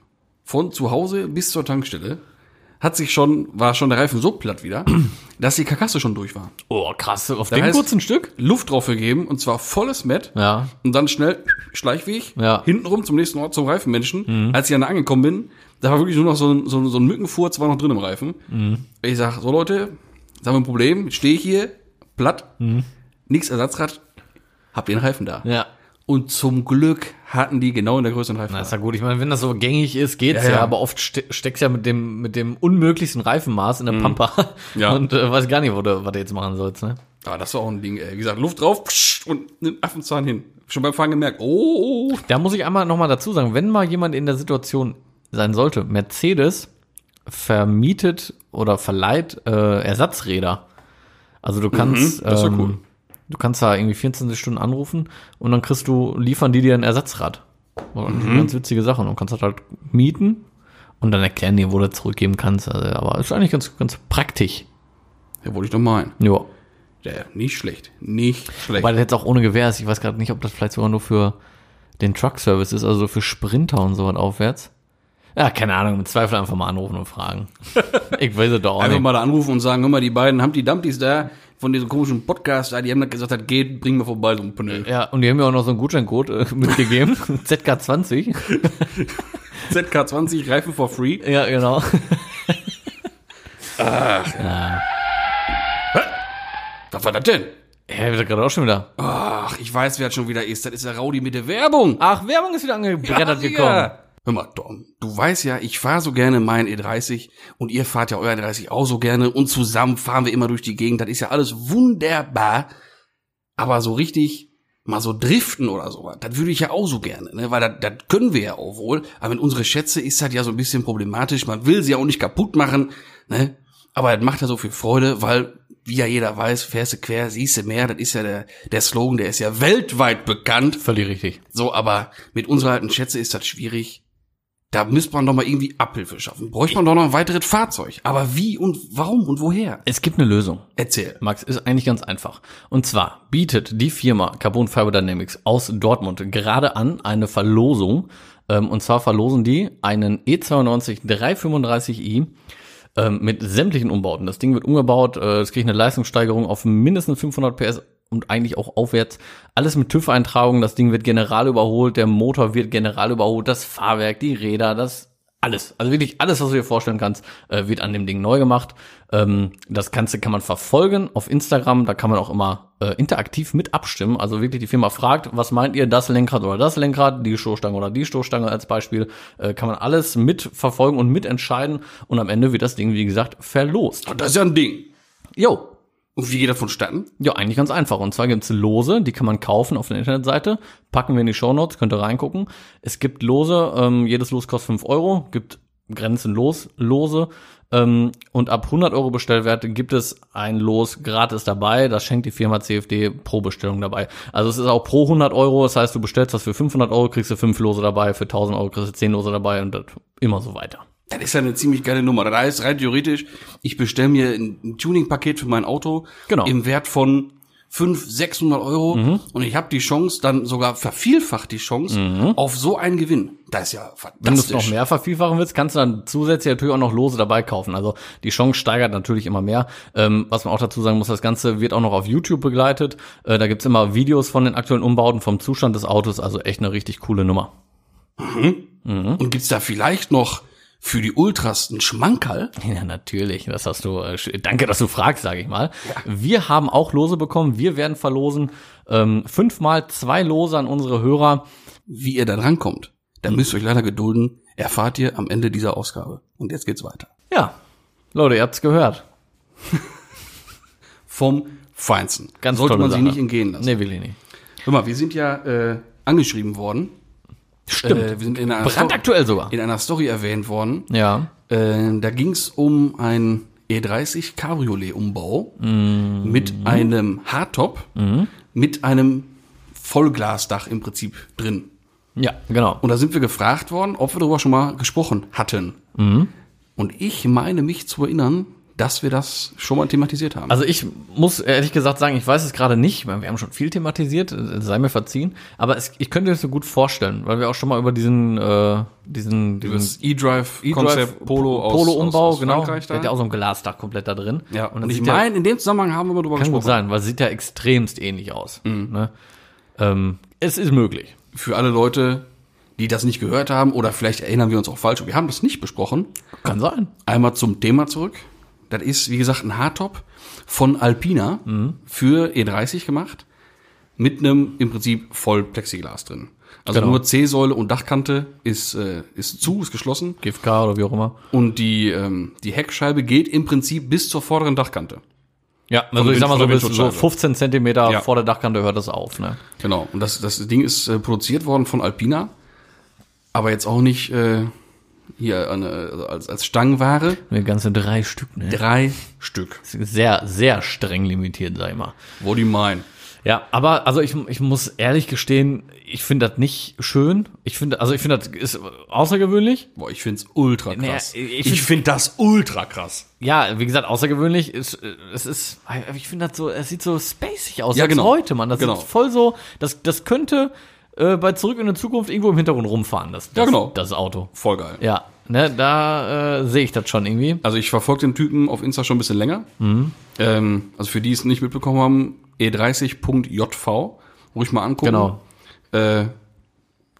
S3: von zu Hause bis zur Tankstelle hat sich schon, war schon der Reifen so platt wieder, dass die Karkasse schon durch war.
S2: Oh, krass. Auf
S3: Da
S2: dem
S3: heißt-
S2: kurzen Stück?
S3: Luft drauf gegeben und zwar volles Met
S2: Ja.
S3: und dann schnell Schleichweg
S2: Ja. Mhm.
S3: hintenrum zum nächsten Ort zum Reifenmenschen. Als ich dann angekommen bin, da war wirklich nur noch so ein, so ein, so ein Mückenfurz war noch drin im Reifen.
S2: Mhm.
S3: Ich sag, so Leute, jetzt haben wir ein Problem, stehe ich hier, platt, nix Ersatzrad, habt ihr einen Reifen da.
S2: Mhm. Ja.
S3: Und zum Glück hatten die genau in der Größe einen Reifen.
S2: Na, ist
S3: da.
S2: ja gut. Ich meine, wenn das so gängig ist, geht's
S3: Ja,
S2: ja.
S3: ja.
S2: Aber oft ste steckst ja mit dem, mit dem unmöglichsten Reifenmaß in der Pampa.
S3: Mhm. Ja.
S2: Und äh, weiß gar nicht, wo du, was du jetzt machen sollst, ne?
S3: Aber Ah, das war auch ein Ding, ey. Wie gesagt, Luft drauf psch, und einen Affenzahn hin. Schon beim Fahren gemerkt, oh, oh, oh.
S2: Da muss ich einmal nochmal dazu sagen, wenn mal jemand in der Situation sein sollte, Mercedes vermietet oder verleiht äh, Ersatzräder. Also du kannst,
S3: Mhm, das ist ja
S2: ähm,
S3: cool.
S2: du kannst da irgendwie 24 Stunden anrufen und dann kriegst du, liefern die dir ein Ersatzrad. So,
S3: Mhm.
S2: eine Ganz witzige Sache. Und du kannst das halt mieten und dann erklären die, wo du das zurückgeben kannst. Also, aber ist eigentlich ganz, ganz praktisch.
S3: Ja, wollte ich doch meinen.
S2: Ja.
S3: Ja, nicht schlecht. Nicht schlecht.
S2: Weil das jetzt auch ohne Gewehr ist. Ich weiß gerade nicht, ob das vielleicht sogar nur für den Truck-Service ist, also für Sprinter und so was aufwärts. Ja, keine Ahnung, im Zweifel einfach mal anrufen und fragen. ich weiß es doch auch
S3: Einfach
S2: nicht.
S3: mal da anrufen und sagen, hör mal, die beiden Humpty Dumptys da von diesem komischen Podcast, da, die haben da gesagt, das geht, bring mir vorbei, so ein Pneu.
S2: Ja, und die haben mir auch noch so einen Gutscheincode äh, mitgegeben. ZK20.
S3: ZK20, Reifen for free.
S2: Ja, genau.
S3: Was war das denn?
S2: Ja, wird gerade auch schon wieder.
S3: Ach, ich weiß, wer das schon wieder ist. Das ist der Raudi mit der Werbung.
S2: Ach, Werbung ist wieder
S3: Ja,
S2: angebrettert gekommen.
S3: Digga. Hör mal, Tom, du weißt ja, ich fahre so gerne meinen E30 und ihr fahrt ja euren E30 auch so gerne und zusammen fahren wir immer durch die Gegend. Das ist ja alles wunderbar. Aber so richtig mal so driften oder sowas, das würde ich ja auch so gerne, ne? weil das, das können wir ja auch wohl. Aber mit unsere Schätze ist das ja so ein bisschen problematisch. Man will sie ja auch nicht kaputt machen, ne? aber das macht ja so viel Freude, weil wie ja jeder weiß, fährst du quer, siehst du mehr, das ist ja der, der Slogan, der ist ja weltweit bekannt.
S2: Völlig richtig.
S3: So, aber mit unserer alten Schätze ist das schwierig. Da müsste man doch mal irgendwie Abhilfe schaffen. Bräuchte man doch noch ein weiteres Fahrzeug. Aber wie und warum und woher?
S2: Es gibt eine Lösung.
S3: Erzähl.
S2: Max, ist eigentlich ganz einfach. Und zwar bietet die Firma Carbon Fiber Dynamics aus Dortmund gerade an eine Verlosung. Ähm, und zwar verlosen die einen E92 335i ähm, mit sämtlichen Umbauten. Das Ding wird umgebaut, äh, es kriegt eine Leistungssteigerung auf mindestens 500 PS und eigentlich auch aufwärts. Alles mit TÜV-Eintragung, das Ding wird general überholt, der Motor wird general überholt, das Fahrwerk, die Räder, das alles, also wirklich alles, was du dir vorstellen kannst, äh, wird an dem Ding neu gemacht. Ähm, das Ganze kann man verfolgen auf Instagram, da kann man auch immer äh, interaktiv mit abstimmen. Also wirklich die Firma fragt, was meint ihr, das Lenkrad oder das Lenkrad, die Stoßstange oder die Stoßstange als Beispiel, äh, kann man alles mitverfolgen und mitentscheiden. Und am Ende wird das Ding, wie gesagt, verlost.
S3: Und das ist ja ein Ding.
S2: Jo,
S3: Und wie geht das vonstatten?
S2: ja, eigentlich ganz einfach. Und zwar gibt's Lose, die kann man kaufen auf der Internetseite. Packen wir in die Shownotes, könnt ihr reingucken. Es gibt Lose, ähm, jedes Los kostet 5 Euro, gibt grenzenlos Lose. Ähm, und ab 100 Euro Bestellwert gibt es ein Los gratis dabei. Das schenkt die Firma CFD pro Bestellung dabei. Also es ist auch pro 100 Euro. Das heißt, du bestellst das für 500 Euro, kriegst du 5 Lose dabei. Für 1000 Euro kriegst du 10 Lose dabei und das immer so weiter.
S3: Das ist ja eine ziemlich geile Nummer. Das heißt, rein theoretisch, ich bestelle mir ein ein Tuning-Paket für mein Auto.
S2: Genau. Mhm.
S3: Im Wert von 500, 600 Euro. Und ich habe die Chance, dann sogar vervielfacht die Chance auf so einen Gewinn. Das ist ja
S2: Mhm. Wenn du es
S3: fantastisch.
S2: noch mehr vervielfachen willst, kannst du dann zusätzlich natürlich auch noch Lose dabei kaufen. Also die Chance steigert natürlich immer mehr. Ähm, was man auch dazu sagen muss, das Ganze wird auch noch auf YouTube begleitet. Äh, da gibt's immer Videos von den aktuellen Umbauten, vom Zustand des Autos. Also echt eine richtig coole Nummer.
S3: Und gibt's da vielleicht noch für die Ultras einen Schmankerl?
S2: Ja, natürlich. Das hast du. Äh, sch- danke, dass du fragst, sage ich mal. Wir haben auch Lose bekommen. Wir werden verlosen ähm, fünfmal zwei Lose an unsere Hörer.
S3: wie ihr da rankommt,
S2: Mhm.
S3: dann müsst ihr euch leider gedulden, erfahrt ihr am Ende dieser Ausgabe. Und jetzt geht's weiter.
S2: Ja, Leute, ihr habt's gehört.
S3: Vom Feinsten.
S2: Ganz
S3: Sollte
S2: tolle
S3: man sich
S2: Sache.
S3: nicht entgehen lassen.
S2: Nee, will ich nicht.
S3: Hör mal, wir sind ja äh, angeschrieben worden.
S2: Stimmt.
S3: Äh, wir sind in einer, Story,
S2: Brandaktuell sogar.
S3: in einer Story erwähnt worden.
S2: Ja.
S3: Äh, da ging's um ein E30 Cabriolet Umbau
S2: Mhm.
S3: mit einem Hardtop, mit einem Vollglasdach im Prinzip drin.
S2: Ja, genau.
S3: Und da sind wir gefragt worden, ob wir darüber schon mal gesprochen hatten.
S2: Mhm.
S3: Und ich meine mich zu erinnern, dass wir das schon mal thematisiert haben.
S2: Also ich muss ehrlich gesagt sagen, ich weiß es gerade nicht. Ich meine, wir haben schon viel thematisiert, äh, sei mir verziehen. Aber es, ich könnte es mir gut vorstellen, weil wir auch schon mal über diesen, äh, diesen, diesen
S3: das E-Drive Konzept Polo aus,
S2: Polo Umbau,
S3: aus, aus
S2: genau.
S3: Frankreich
S2: Der
S3: da.
S2: hat ja auch so ein Glasdach komplett da drin.
S3: Ja,
S2: und
S3: und,
S2: das
S3: ich
S2: sieht ja-
S3: meine, in dem Zusammenhang haben wir mal drüber
S2: kann gut
S3: gesprochen.
S2: sein, weil es sieht ja extremst ähnlich aus.
S3: Mhm.
S2: Ne? Ähm, es ist möglich.
S3: Für alle Leute, die das nicht gehört haben oder vielleicht erinnern wir uns auch falsch und wir haben das nicht besprochen.
S2: Kann sein.
S3: Einmal zum Thema zurück. Das ist, wie gesagt, ein Hardtop von Alpina für E30 gemacht. Mit einem im Prinzip voll Plexiglas drin. Also
S2: Genau.
S3: nur C-Säule und Dachkante ist, äh, ist zu, ist geschlossen.
S2: GFK oder wie auch immer.
S3: Und die, ähm, die Heckscheibe geht im Prinzip bis zur vorderen Dachkante.
S2: Ja, also
S3: der
S2: ich sag mal so,
S3: Wind-
S2: bis
S3: von der
S2: so
S3: Windschutzscheibe.
S2: 15 Zentimeter
S3: Ja.
S2: vor der Dachkante hört das auf. Ne?
S3: Genau. Und das, das Ding ist äh, produziert worden von Alpina. Aber jetzt auch nicht äh, hier an, äh, als, als Stangenware.
S2: Eine ganze drei Stück. Ne?
S3: Drei Stück.
S2: Sehr, sehr streng limitiert, sag ich mal.
S3: What do you mean?
S2: Ja, aber also ich, ich muss ehrlich gestehen, ich finde das nicht schön. Ich finde, also ich finde das ist außergewöhnlich.
S3: Boah, ich find's ultra
S2: Naja,
S3: krass.
S2: ich
S3: ich
S2: find-
S3: find das ultra krass.
S2: Ja, wie gesagt, außergewöhnlich ist, äh, es ist, ich finde das so, es sieht so spacig aus.
S3: Ja,
S2: als
S3: genau.
S2: heute, Mann. Das
S3: Genau.
S2: sieht voll so, das, das könnte äh, bei Zurück in die Zukunft irgendwo im Hintergrund rumfahren, das, das,
S3: Ja, genau.
S2: das Auto.
S3: Voll geil.
S2: Ja, ne, da äh, sehe ich das schon irgendwie.
S3: Also ich verfolge den Typen auf Insta schon ein bisschen länger.
S2: Mhm.
S3: Ähm, also für die, die es nicht mitbekommen haben, e e30.jv, ruhig mal angucken.
S2: Genau.
S3: Äh,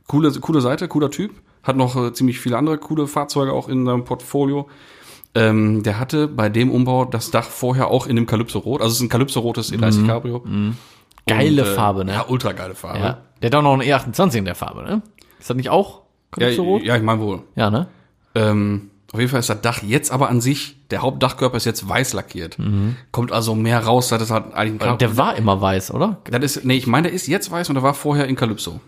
S3: coole, coole Seite, cooler Typ. Hat noch äh, ziemlich viele andere coole Fahrzeuge auch in seinem Portfolio. Ähm, der hatte bei dem Umbau das Dach vorher auch in dem Calypso Rot. Also es ist ein Calypso Rotes E30 Cabrio.
S2: Mhm. Geile
S3: Und, äh,
S2: Farbe, ne?
S3: Ja, ultra geile Farbe.
S2: Ja. Der hat auch noch einen E28 in der Farbe, ne? Ist das nicht auch
S3: ja,
S2: Calypso-Rot?
S3: ja ich meine wohl.
S2: ja, ne?
S3: Ähm, auf jeden Fall ist das Dach jetzt aber an sich, der Hauptdachkörper ist jetzt weiß lackiert. Kommt also mehr raus, das ist halt eigentlich ein Kar-
S2: Äh, Der war immer weiß, oder?
S3: das ist, nee, ich meine, der ist jetzt weiß und der war vorher in Calypso.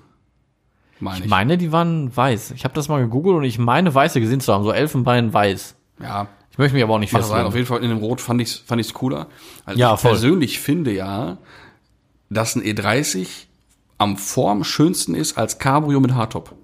S3: Meine
S2: Ich
S3: ich.
S2: meine, die waren weiß. Ich habe das mal gegoogelt und ich meine, weiße gesehen zu haben. So Elfenbein weiß.
S3: Ja,
S2: Ich möchte mich aber auch nicht
S3: mag sein. Auf
S2: festlegen.
S3: jeden Fall in dem Rot fand ich's fand ich's cooler. Also
S2: Ja,
S3: ich
S2: voll.
S3: persönlich finde ja, dass ein E30 am Form schönsten ist als Cabrio mit Hardtop.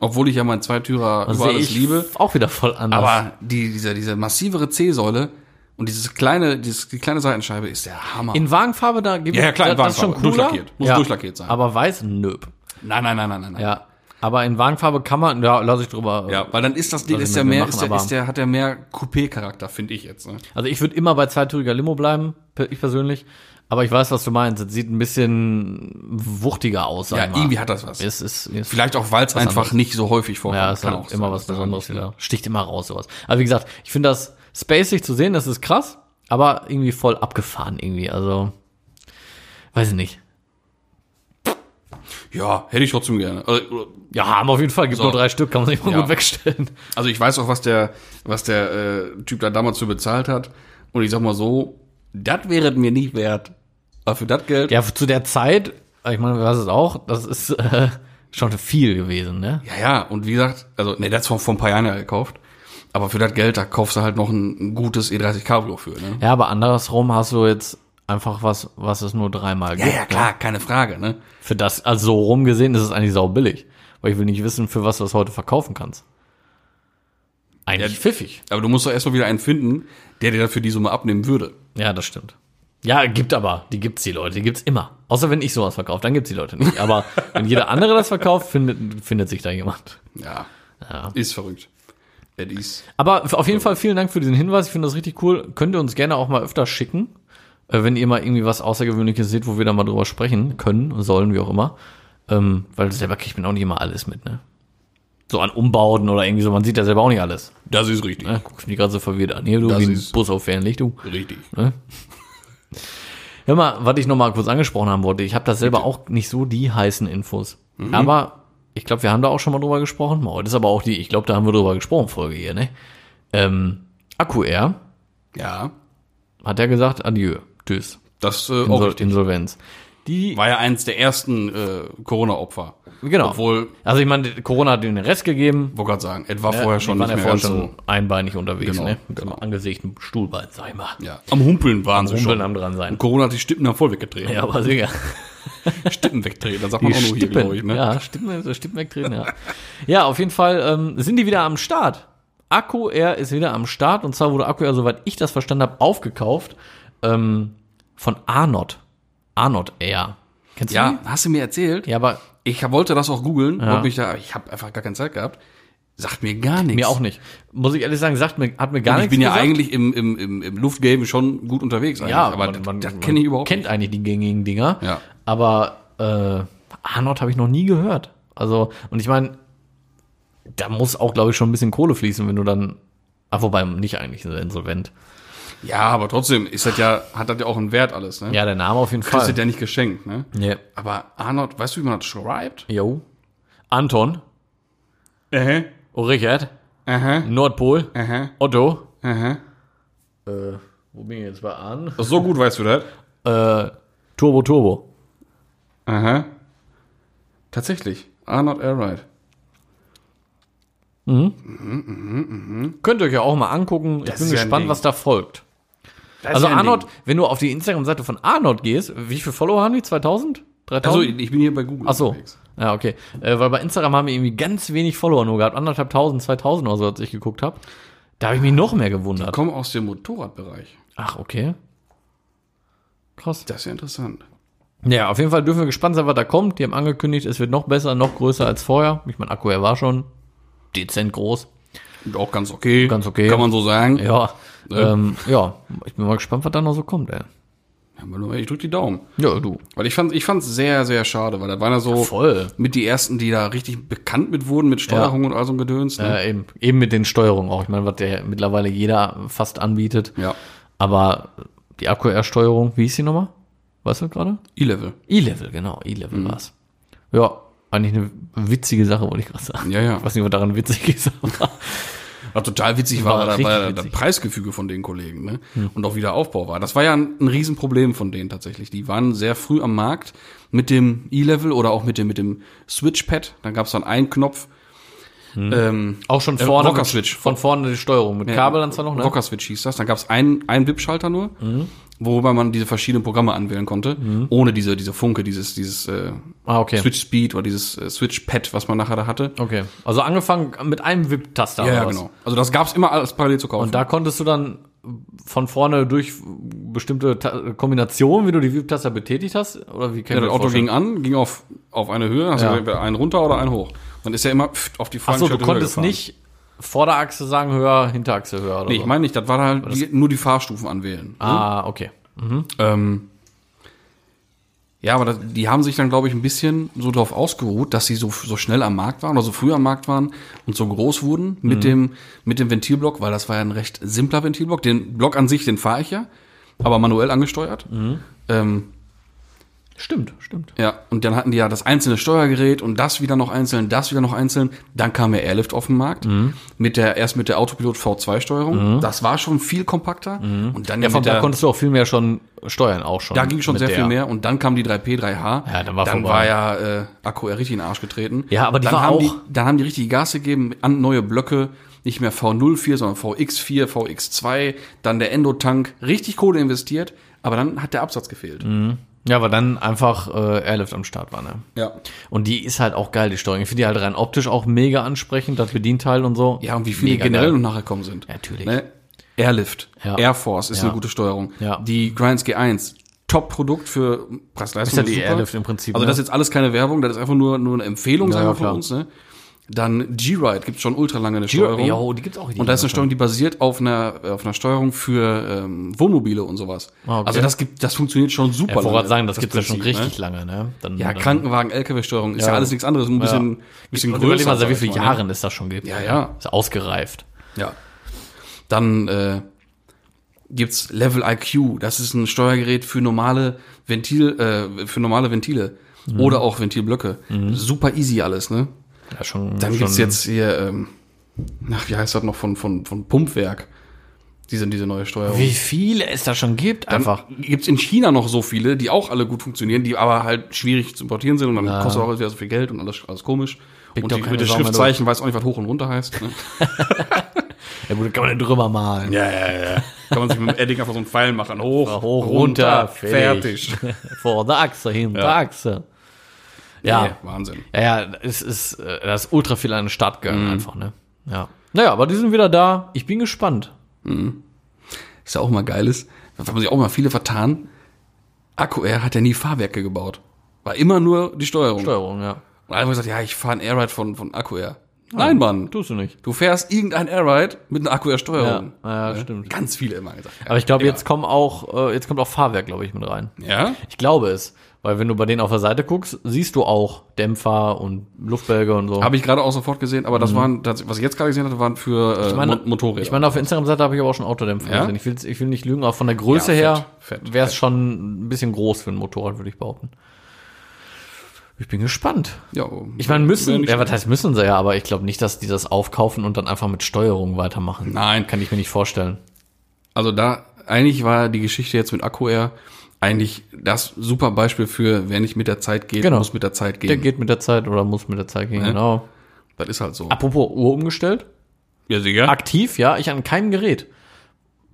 S3: Obwohl ich ja meinen Zweitürer über
S2: Sehe
S3: alles
S2: Also ich also
S3: liebe.
S2: auch wieder voll anders.
S3: Aber die, diese, diese massivere C-Säule und dieses kleine, dieses, die kleine Seitenscheibe ist der Hammer.
S2: in Wagenfarbe, da gibt
S3: Ja, ja, klar, in
S2: das ist schon cooler.
S3: Wagenfarbe. Durchlackiert. Muss durchlackiert sein.
S2: Aber weiß, nö.
S3: nein, nein, nein, nein, nein. nein.
S2: Ja. Aber in Wagenfarbe kann man, da lasse ich drüber. äh,
S3: Ja, weil dann ist das Ding,
S2: Lass ich
S3: ist
S2: mir
S3: der mehr,
S2: machen,
S3: ist der,
S2: aber-
S3: ist der, hat der mehr Coupé-Charakter, finde ich jetzt. Ne?
S2: Also ich würde immer bei zweitüriger Limo bleiben, pe- ich persönlich. Aber ich weiß, was du meinst. Es sieht ein bisschen wuchtiger aus. sag
S3: Ja,
S2: ich mal.
S3: irgendwie hat das was.
S2: Es ist, es
S3: Vielleicht auch, weil es einfach nicht so häufig vorkommt.
S2: Ja, ist
S3: Kann
S2: halt
S3: auch
S2: immer
S3: sein,
S2: was
S3: dass das
S2: Besonderes
S3: nicht-
S2: wieder. Sticht immer raus, sowas. Aber wie gesagt, ich finde das spacig zu sehen, das ist krass, aber irgendwie voll abgefahren irgendwie. Also, weiß ich nicht.
S3: Ja, hätte ich trotzdem gerne. Also,
S2: Ja, haben auf jeden Fall. Gibt
S3: So.
S2: nur drei Stück, kann man sich mal
S3: Ja.
S2: gut wegstellen.
S3: also ich weiß auch, was der, was der äh, Typ da damals für bezahlt hat. Und ich sag mal so, das wäre es mir nicht wert. Aber für das Geld.
S2: Ja, zu der Zeit, ich meine, was ist auch, das ist äh, schon viel gewesen, ne?
S3: Ja, ja, und wie gesagt, also, nee, das vor, vor ein paar Jahren ja gekauft. Aber für das Geld, da kaufst du halt noch ein, ein gutes E30 Cabrio für, ne?
S2: Ja, aber andersrum hast du jetzt einfach was, was es nur dreimal gibt. ne?
S3: keine Frage, ne?
S2: Für das, also so rumgesehen ist es eigentlich saubillig. Weil ich will nicht wissen, für was du das heute verkaufen kannst. Eigentlich
S3: Ja.
S2: pfiffig.
S3: Äh, Aber du musst doch erstmal wieder einen finden, der dir dafür die Summe abnehmen würde.
S2: Ja, das stimmt. Ja, gibt aber. Die gibt's die Leute, die gibt's immer. Außer wenn ich sowas verkaufe, dann gibt's die Leute nicht. Aber wenn jeder andere das verkauft, findet, findet sich da jemand.
S3: Ja. Ist verrückt. Das ist.
S2: Aber auf jeden Fall vielen Dank für diesen Hinweis. Ich finde das richtig cool. Könnt ihr uns gerne auch mal öfter schicken, äh, wenn ihr mal irgendwie was Außergewöhnliches seht, wo wir da mal drüber sprechen können, sollen, wie auch immer. Ähm, weil selber kriegt man auch nicht immer alles mit, ne? So an Umbauten oder irgendwie so. Man sieht ja selber auch nicht alles.
S3: Das ist richtig.
S2: Ne? Guckst mich gerade so verwirrt an. Hier, du,
S3: Das
S2: wie ein
S3: ist-
S2: Bus auf Fernlichtung.
S3: Richtig.
S2: Hör mal, was ich noch mal kurz angesprochen haben wollte, ich habe das selber auch nicht so die heißen Infos.
S3: Mhm.
S2: Aber ich glaube, wir haben da auch schon mal drüber gesprochen. Heute ist aber auch die, ich glaube, da haben wir drüber gesprochen, Folge hier, ne? Ähm, Akku R
S3: Ja.
S2: hat ja gesagt, adieu, tschüss,
S3: Das äh, auch
S2: Insol
S3: richtig.
S2: Insolvenz. Die,
S3: war ja eins der ersten äh, Corona-Opfer.
S2: Genau.
S3: Obwohl,
S2: also ich meine, Corona hat ihnen den Rest gegeben.
S3: wollte gerade sagen, es war vorher schon
S2: Die waren
S3: nicht mehr
S2: vorher
S3: ganz
S2: schon
S3: so.
S2: einbeinig unterwegs,
S3: Genau,
S2: ne? Mit so einem angesägten Stuhlbein, sag ich mal.
S3: Ja. Am Humpeln waren sie
S2: Rumpeln
S3: schon.
S2: am dran sein.
S3: Und Corona hat die Stippen dann voll weggedreht.
S2: Ja, aber sicher.
S3: Stippen wegdrehen, dann sagt man auch nur hier, glaube ich. Ne?
S2: Ja, Stippen, so Stippen wegdrehen, ja. Ja, auf jeden Fall ähm, sind die wieder am Start. Akku Air ist wieder am Start und zwar wurde Akku Air, soweit ich das verstanden habe, aufgekauft ähm, von Arnott. Arnott Air. Kennst du
S3: Ja, hast du mir erzählt?
S2: die? Ja, aber
S3: Ich hab- wollte das auch googeln, wollte mich da, ich habe einfach gar keine Zeit gehabt. Sagt mir gar nichts.
S2: mir auch nicht. Muss ich ehrlich sagen, sagt mir, hat mir gar
S3: Und ich
S2: nichts
S3: bin ja
S2: gesagt.
S3: eigentlich im, im, im, im Luftgame schon gut unterwegs eigentlich.
S2: Ja,
S3: aber
S2: man- man-
S3: das
S2: man
S3: kenne ich überhaupt
S2: kennt eigentlich die gängigen Dinger.
S3: Ja.
S2: Aber äh, Arnold habe ich noch nie gehört. Also, und ich meine, da muss auch, glaube ich, schon ein bisschen Kohle fließen, wenn du dann. Ah, wobei nicht eigentlich sind sie insolvent.
S3: nicht. Ja, aber trotzdem ist das ja, hat das ja auch einen Wert alles, ne?
S2: Ja, der Name auf jeden
S3: Das ist
S2: Fall.
S3: ja nicht geschenkt, ne?
S2: Nee.
S3: Aber Arnold, weißt du, wie man das schreibt?
S2: Jo. Anton, Oh,
S3: Aha,
S2: Richard,
S3: aha,
S2: Nordpol,
S3: aha,
S2: Otto.
S3: aha.
S2: Äh, wo bin ich jetzt bei an?
S3: So gut weißt du das.
S2: Äh, Turbo Turbo.
S3: Aha. Tatsächlich. Arnold Airride.
S2: Könnt ihr euch ja auch mal angucken.
S3: Das
S2: ich bin
S3: ist ja ein
S2: gespannt,
S3: Ding.
S2: was da folgt. Also Arnold, wenn du auf die Instagram-Seite von Arnold gehst, wie viele Follower haben die? 2000? 3000?
S3: Also ich bin hier bei Google.
S2: Ach so.
S3: unterwegs.
S2: Ja, okay. Äh, weil bei Instagram haben wir irgendwie ganz wenig Follower nur gehabt. Anderthalb tausend, zweitausend oder so, als ich geguckt habe. Da habe ich mich noch mehr gewundert.
S3: Komm aus dem Motorradbereich.
S2: Ach, okay. Krass.
S3: Das ist ja interessant.
S2: Ja, auf jeden Fall dürfen wir gespannt sein, was da kommt. Die haben angekündigt, es wird noch besser, noch größer als vorher. Ich meine, Akku, er war schon dezent groß.
S3: Und auch ganz okay.
S2: Ganz okay.
S3: Kann man so sagen.
S2: Ja. Ähm, ja, ich bin mal gespannt, was da noch so kommt, ey.
S3: Aber Ich drück die Daumen.
S2: Ja, du.
S3: Weil ich fand es ich fand's sehr, sehr schade, weil das waren ja so
S2: Voll.
S3: mit die ersten, die da richtig bekannt mit wurden, mit Steuerung und all so ein Gedöns. Ne?
S2: Äh, eben, eben mit den Steuerungen auch. Ich meine, was der mittlerweile jeder fast anbietet.
S3: Ja.
S2: Aber die Akku-R-Steuerung, wie hieß die nochmal? Weißt du gerade?
S3: E-Level.
S2: E-Level, genau, E-Level
S3: Mhm.
S2: war's. Ja, eigentlich eine witzige Sache, wollte ich gerade sagen.
S3: Ja, ja.
S2: Ich weiß nicht, was daran witzig ist, aber
S3: Was total witzig
S2: War
S3: war, war,
S2: richtig
S3: war
S2: witzig. Hm.
S3: das Preisgefüge von den Kollegen ne? und auch wie der Aufbau war. Das war ja ein, ein Riesenproblem von denen tatsächlich. Die waren sehr früh am Markt mit dem E-Level oder auch mit dem, mit dem Switchpad. Dann gab es dann einen Knopf.
S2: Hm.
S3: Ähm,
S2: auch schon
S3: Äh,
S2: vorne.
S3: Rocker
S2: mit-
S3: Switch.
S2: Von vorne die Steuerung. Mit Kabel dann zwar noch, ne? Mhm.
S3: Rocker Switch hieß das. Dann gab es einen, einen WIP-Schalter nur, worüber man diese verschiedenen Programme anwählen konnte, ohne diese, diese Funke, dieses, dieses äh,
S2: Ah, Mhm. okay.
S3: Switch Speed oder dieses äh, Switch Pad, was man nachher da hatte.
S2: Okay. Also angefangen mit einem WIP-Taster.
S3: Ja,
S2: oder
S3: ja,
S2: was?
S3: genau. Also das gab's immer alles parallel zu kaufen.
S2: Und da konntest du dann von vorne durch bestimmte Ta Kombinationen, wie du die WIP-Taster betätigt hast, oder wie kann
S3: ja,
S2: ich mir
S3: das Auto
S2: vorstellen?
S3: ging an, ging auf, auf eine Höhe, hast
S2: Ja.
S3: du entweder einen runter oder einen hoch. Dann ist ja immer pft, auf die
S2: Ach so, du
S3: Fahrgestellte Höhe
S2: konntest
S3: gefahren.
S2: nicht Vorderachse sagen höher, Hinterachse höher oder
S3: Nee,
S2: so.
S3: ich meine nicht, das war halt die, nur die Fahrstufen anwählen.
S2: ah, okay.
S3: Ähm, ja, aber das, die haben sich dann, glaube ich, ein bisschen so darauf ausgeruht, dass sie so, so schnell am Markt waren oder so früh am Markt waren und so groß wurden
S2: Mhm.
S3: mit, dem, mit dem Ventilblock, weil das war ja ein recht simpler Ventilblock. Den Block an sich, den fahre ich ja, aber manuell angesteuert.
S2: Mhm.
S3: Ähm,
S2: Stimmt, stimmt.
S3: ja, und dann hatten die ja das einzelne Steuergerät und das wieder noch einzeln, das wieder noch einzeln. Dann kam ja Airlift auf den Markt
S2: Mhm.
S3: mit der erst mit der Autopilot V2-Steuerung. Das war schon viel kompakter und dann ja,
S2: Mhm. Ja, von
S3: mit
S2: da
S3: der,
S2: konntest du auch viel mehr schon steuern, auch schon.
S3: da ging schon
S2: mit
S3: sehr
S2: der-
S3: viel mehr und dann kam die 3P3H.
S2: Ja, dann war
S3: dann
S2: vorbei.
S3: war ja äh, Akku richtig in den Arsch getreten.
S2: Ja, aber die
S3: dann
S2: war
S3: haben
S2: auch-
S3: Die, dann haben die richtig Gas gegeben an neue Blöcke, nicht mehr V04, sondern VX4, VX2, dann der Endotank, richtig Kohle investiert, aber dann hat der Absatz gefehlt.
S2: Mhm. Ja, weil dann einfach äh, Airlift am Start war, ne?
S3: Ja.
S2: Und die ist halt auch geil, die Steuerung. Ich finde die halt rein optisch auch mega ansprechend, das Bedienteil und so.
S3: Ja, und wie viele
S2: Mega
S3: generell noch
S2: geil.
S3: nachher kommen sind.
S2: Natürlich.
S3: Ne? Airlift,
S2: Ja.
S3: Air Force ist
S2: Ja.
S3: eine gute Steuerung.
S2: Ja.
S3: Die Grinds G1, Top-Produkt für Preis-Leistung.
S2: Ist ja die Airlift im Prinzip,
S3: Also
S2: ne?
S3: das ist jetzt alles keine Werbung, das ist einfach nur, nur eine Empfehlung, sagen
S2: ja,
S3: wir von
S2: klar.
S3: uns. Ne? Dann G-Ride gibt's schon ultra lange eine
S2: Steuerung.
S3: Steuerung.
S2: Jo, die gibt's auch
S3: und da ist eine Steuerung, die basiert auf einer, äh, auf einer Steuerung für ähm, Wohnmobile und sowas.
S2: Ah, okay.
S3: Also das gibt, das funktioniert schon super.
S2: Ich wollte
S3: lange,
S2: gerade sagen, das, gibt's ja schon
S3: Prinzip,
S2: richtig lange, ne? Dann,
S3: Ne? Ja,
S2: dann-
S3: Krankenwagen, LKW-Steuerung ist ja.
S2: Ja.
S3: alles nichts anderes, ein bisschen, bisschen
S2: Und Also überleg mal, seit
S3: sag
S2: wie
S3: ich
S2: viele
S3: mal, ne?
S2: Jahren es das schon gibt.
S3: Ja, ja.
S2: Ist ausgereift.
S3: Ja. Dann äh, gibt's Level IQ. Das ist ein Steuergerät für normale Ventil, äh, für normale Ventile
S2: Mhm.
S3: oder auch Ventilblöcke. Super easy alles, ne?
S2: Ja, Mhm. schon,
S3: Dann
S2: schon
S3: gibt's jetzt hier, ähm, ach, wie heißt das noch von von von Pumpwerk? diese, diese neue Steuerung.
S2: Wie viele es da schon gibt, einfach.
S3: Gibt es in China noch so viele, die auch alle gut funktionieren, die aber halt schwierig zu importieren sind und dann kostet auch wieder so viel Geld und alles, alles komisch. und
S2: doch
S3: die,
S2: keine
S3: mit den
S2: Sau mehr
S3: Schriftzeichen weiß auch nicht, was hoch und runter heißt. Ne?
S2: Ja gut, kann man denn drüber malen.
S3: ja, ja, ja. Kann man sich mit dem Edding einfach so einen Pfeil machen. Hoch,
S2: Hoch, runter,
S3: fertig.
S2: fertig. Vor der Achse, hinter der Achse. Ja.
S3: Nee, Wahnsinn.
S2: Ja, ja, es ist, äh, da ist ultra viel an den Start gegangen
S3: Mhm.
S2: einfach, ne? Ja. Naja, aber die sind wieder da. Ich bin gespannt.
S3: Ist ja auch mal geiles. Da haben sich auch mal viele vertan. AQR hat ja nie Fahrwerke gebaut. War immer nur die Steuerung.
S2: Steuerung, ja.
S3: Und alle haben gesagt, ja, ich fahre ein Airride von, von AQR. Nein, Mann.
S2: Tust du nicht.
S3: Du fährst irgendein Airride mit einer
S2: Ja,
S3: AQR-Steuerung.
S2: ja, stimmt.
S3: Ganz viele immer gesagt. ne? Ja.
S2: Aber ich glaube, jetzt kommen auch, äh, jetzt kommt auch Fahrwerk, glaube ich, mit rein.
S3: Ja?
S2: Ich glaube es. Weil wenn du bei denen auf der Seite guckst, siehst du auch Dämpfer und Luftbälge und so.
S3: Habe ich gerade auch sofort gesehen, aber das waren, das, was ich jetzt gerade gesehen hatte, waren für äh, Mo- Motorräder.
S2: Ich meine, auf der Instagram-Seite habe ich aber auch schon Autodämpfer
S3: Ja?
S2: gesehen. Ich, will's- ich will nicht lügen, aber von der Größe
S3: Ja,
S2: her
S3: fett, fett,
S2: wäre es schon ein bisschen groß für ein Motorrad, würde ich behaupten. Ich bin gespannt.
S3: ja,
S2: Ich meine,
S3: wär
S2: müssen,
S3: nicht
S2: ja, was heißt müssen sie ja, aber ich glaube nicht, dass die das aufkaufen und dann einfach mit Steuerung weitermachen.
S3: Nein.
S2: Kann ich mir nicht vorstellen.
S3: Also da, eigentlich war die Geschichte jetzt mit AQR eigentlich das super Beispiel für, wer nicht mit der Zeit geht,
S2: Genau.
S3: muss mit der Zeit gehen.
S2: Der geht mit der Zeit oder muss mit der Zeit gehen, genau.
S3: das ist halt so.
S2: Apropos Uhr umgestellt.
S3: Ja, sicher.
S2: Aktiv, ja, ich an keinem Gerät.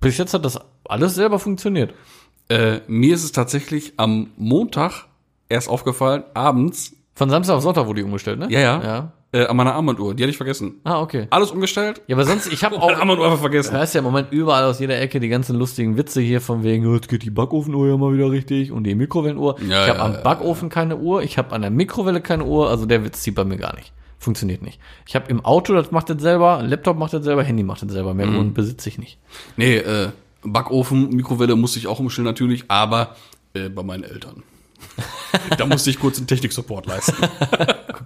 S2: Bis jetzt hat das alles selber funktioniert.
S3: Äh, mir ist es tatsächlich am Montag erst aufgefallen, abends,
S2: Von Samstag auf Sonntag wurde die umgestellt, ne?
S3: ja, ja,
S2: ja.
S3: Äh, an meiner Armbanduhr, die hatte ich vergessen.
S2: Ah, okay.
S3: Alles umgestellt,
S2: Ja, aber sonst, ich habe
S3: meine
S2: auch,
S3: Armbanduhr einfach vergessen.
S2: hörst ja im Moment überall aus jeder Ecke die ganzen lustigen Witze hier von wegen, jetzt geht die Backofenuhr ja mal wieder richtig und die Mikrowellenuhr.
S3: Ja,
S2: ich habe
S3: ja,
S2: am
S3: ja,
S2: Backofen keine Uhr, ich habe an der Mikrowelle keine Uhr, also der Witz zieht bei mir gar nicht. Funktioniert nicht. Ich habe im Auto, das macht das selber, Laptop macht das selber, Handy macht das selber,
S3: Mhm.
S2: mehr Uhren besitze ich nicht.
S3: Nee, äh, Backofen, Mikrowelle musste ich auch umstellen natürlich, aber äh, bei meinen Eltern. da musste ich kurz einen Technik-Support leisten.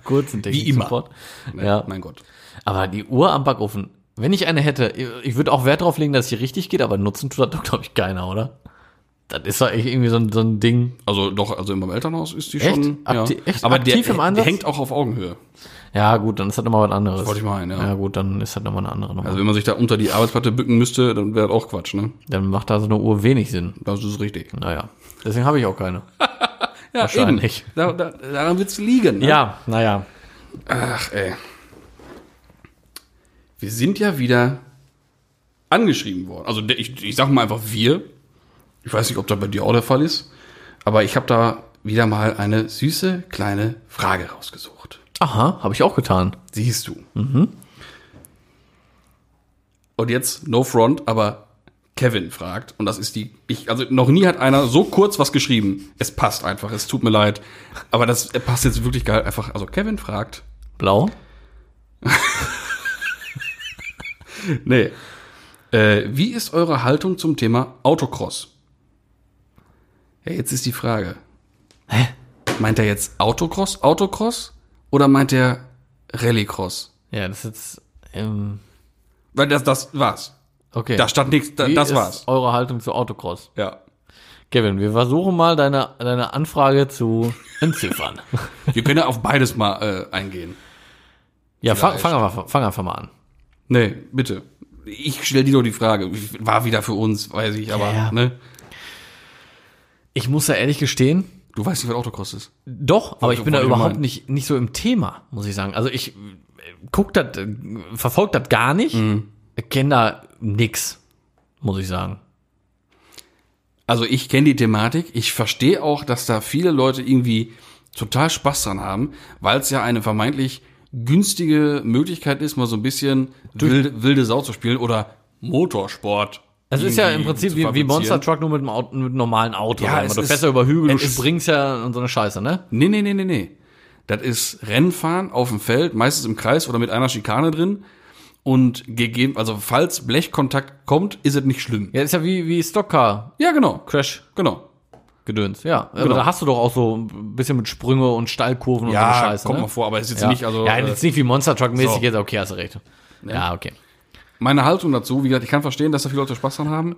S2: Kurzen
S3: Technik-Support.
S2: Ja.
S3: Mein Gott.
S2: Aber die Uhr am Backofen, wenn ich eine hätte, ich würde auch Wert drauf legen, dass sie richtig geht, aber nutzen tut das doch, glaube ich, keiner, oder? Das ist doch echt irgendwie so ein, so ein Ding.
S3: Also doch, also in meinem Elternhaus ist die
S2: Echt?
S3: schon.
S2: Akti- echt
S3: Aber der,
S2: aktiv im Einsatz?
S3: der hängt auch auf Augenhöhe.
S2: Ja, gut, dann ist das nochmal was anderes.
S3: Wollte ich meinen, ja.
S2: Ja, gut, dann ist das nochmal eine andere Nummer.
S3: Also wenn man sich da unter die Arbeitsplatte bücken müsste, dann wäre das auch Quatsch, ne?
S2: dann macht da so eine Uhr wenig Sinn.
S3: Das ist richtig.
S2: Naja, deswegen habe ich auch keine.
S3: Ja,
S2: Wahrscheinlich.
S3: Eben. Da, da, daran wird's liegen. Ne?
S2: Ja, naja.
S3: Ach, ey. Wir sind ja wieder angeschrieben worden. Also der- ich, ich sag mal einfach wir. Ich weiß nicht, ob das bei dir auch der Fall ist. Aber ich habe da wieder mal eine süße kleine Frage rausgesucht.
S2: Aha, habe ich auch getan.
S3: Siehst du. Und jetzt no front, aber Kevin fragt, und das ist die, ich, also noch nie hat einer so kurz was geschrieben. Es passt einfach, es tut mir leid. Aber das passt jetzt wirklich geil einfach. Also Kevin fragt,
S2: Blau?
S3: nee, äh, wie ist eure Haltung zum Thema Autocross? Ja, jetzt ist die Frage. Hä? Meint er jetzt Autocross, Autocross? Oder meint er Rallycross?
S2: Ja, das ist jetzt. Ähm,
S3: Weil das, das war's.
S2: okay.
S3: Da stand nichts, da,
S2: Wie
S3: das
S2: ist
S3: war's.
S2: Eure Haltung zu Autocross.
S3: Ja.
S2: Kevin, wir versuchen mal deine, deine Anfrage zu entziffern.
S3: Wir können ja auf beides mal äh, eingehen.
S2: ja, fang, fang, einfach, fang einfach mal an.
S3: Nee, bitte. Ich stell dir doch die Frage. War wieder für uns, weiß ich, aber
S2: Ja, ja.
S3: ne?
S2: Ich muss ja ehrlich gestehen,
S3: Du weißt nicht, was Autocross ist.
S2: Doch, aber ich bin da
S3: wollte ich
S2: überhaupt
S3: meinen.
S2: nicht, nicht so im Thema, muss ich sagen. Also ich äh, guck das, äh, verfolgt das gar nicht, kenne da nix, muss ich sagen.
S3: Also ich kenne die Thematik. Ich verstehe auch, dass da viele Leute irgendwie total Spaß dran haben, weil es ja eine vermeintlich günstige Möglichkeit ist, mal so ein bisschen wilde, wilde Sau zu spielen oder Motorsport.
S2: Es Also ist ja
S3: irgendwie
S2: im Prinzip
S3: zu
S2: wie, wie
S3: fabrizieren.
S2: Monster Truck nur mit einem Auto, mit einem normalen Auto.
S3: Ja,
S2: sag mal.
S3: es
S2: du
S3: ist-
S2: fährst ja über Hügel, du
S3: es ist-
S2: springst ja und so eine Scheiße, ne?
S3: Nee, nee, nee, nee, nee. Das ist Rennfahren auf dem Feld, meistens im Kreis oder mit einer Schikane drin. Und gegeben, also falls Blechkontakt kommt, ist es nicht schlimm.
S2: Ja, ist ja wie, wie Stockcar
S3: Ja, genau.
S2: Crash
S3: Genau.
S2: Gedöns, ja. Aber
S3: Genau.
S2: da hast du doch auch so ein bisschen mit Sprünge und Steilkurven und so eine Scheiße,
S3: kommt
S2: ne?
S3: mal vor, aber es ist jetzt
S2: ja.
S3: nicht, also.
S2: ja,
S3: äh,
S2: jetzt nicht wie Monster Truck mäßig
S3: so.
S2: jetzt, okay, hast du recht. Ja, okay.
S3: meine Haltung dazu, wie gesagt, ich kann verstehen, dass da viele Leute Spaß dran haben.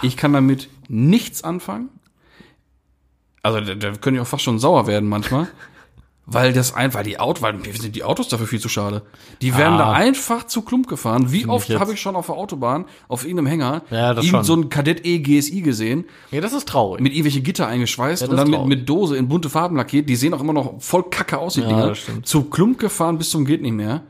S3: Ich kann damit nichts anfangen. Also da, da könnte ich auch fast schon sauer werden manchmal. Weil das einfach, die Autos, weil mir sind die Autos dafür viel zu schade. Die werden da einfach zu klump gefahren. Wie oft
S2: jetzt-
S3: habe ich schon auf der Autobahn, auf irgendeinem Hänger,
S2: Ja, das
S3: irgend so
S2: schon.
S3: ein Kadett E GSI gesehen,
S2: Ja, das ist traurig.
S3: mit irgendwelche Gitter eingeschweißt
S2: Ja, das
S3: und dann
S2: ist
S3: mit,
S2: traurig.
S3: mit Dose in bunte Farben lackiert. Die sehen auch immer noch voll kacke aus, die Dinger.
S2: das stimmt. Mhm.
S3: Zu klump gefahren bis zum geht nicht mehr.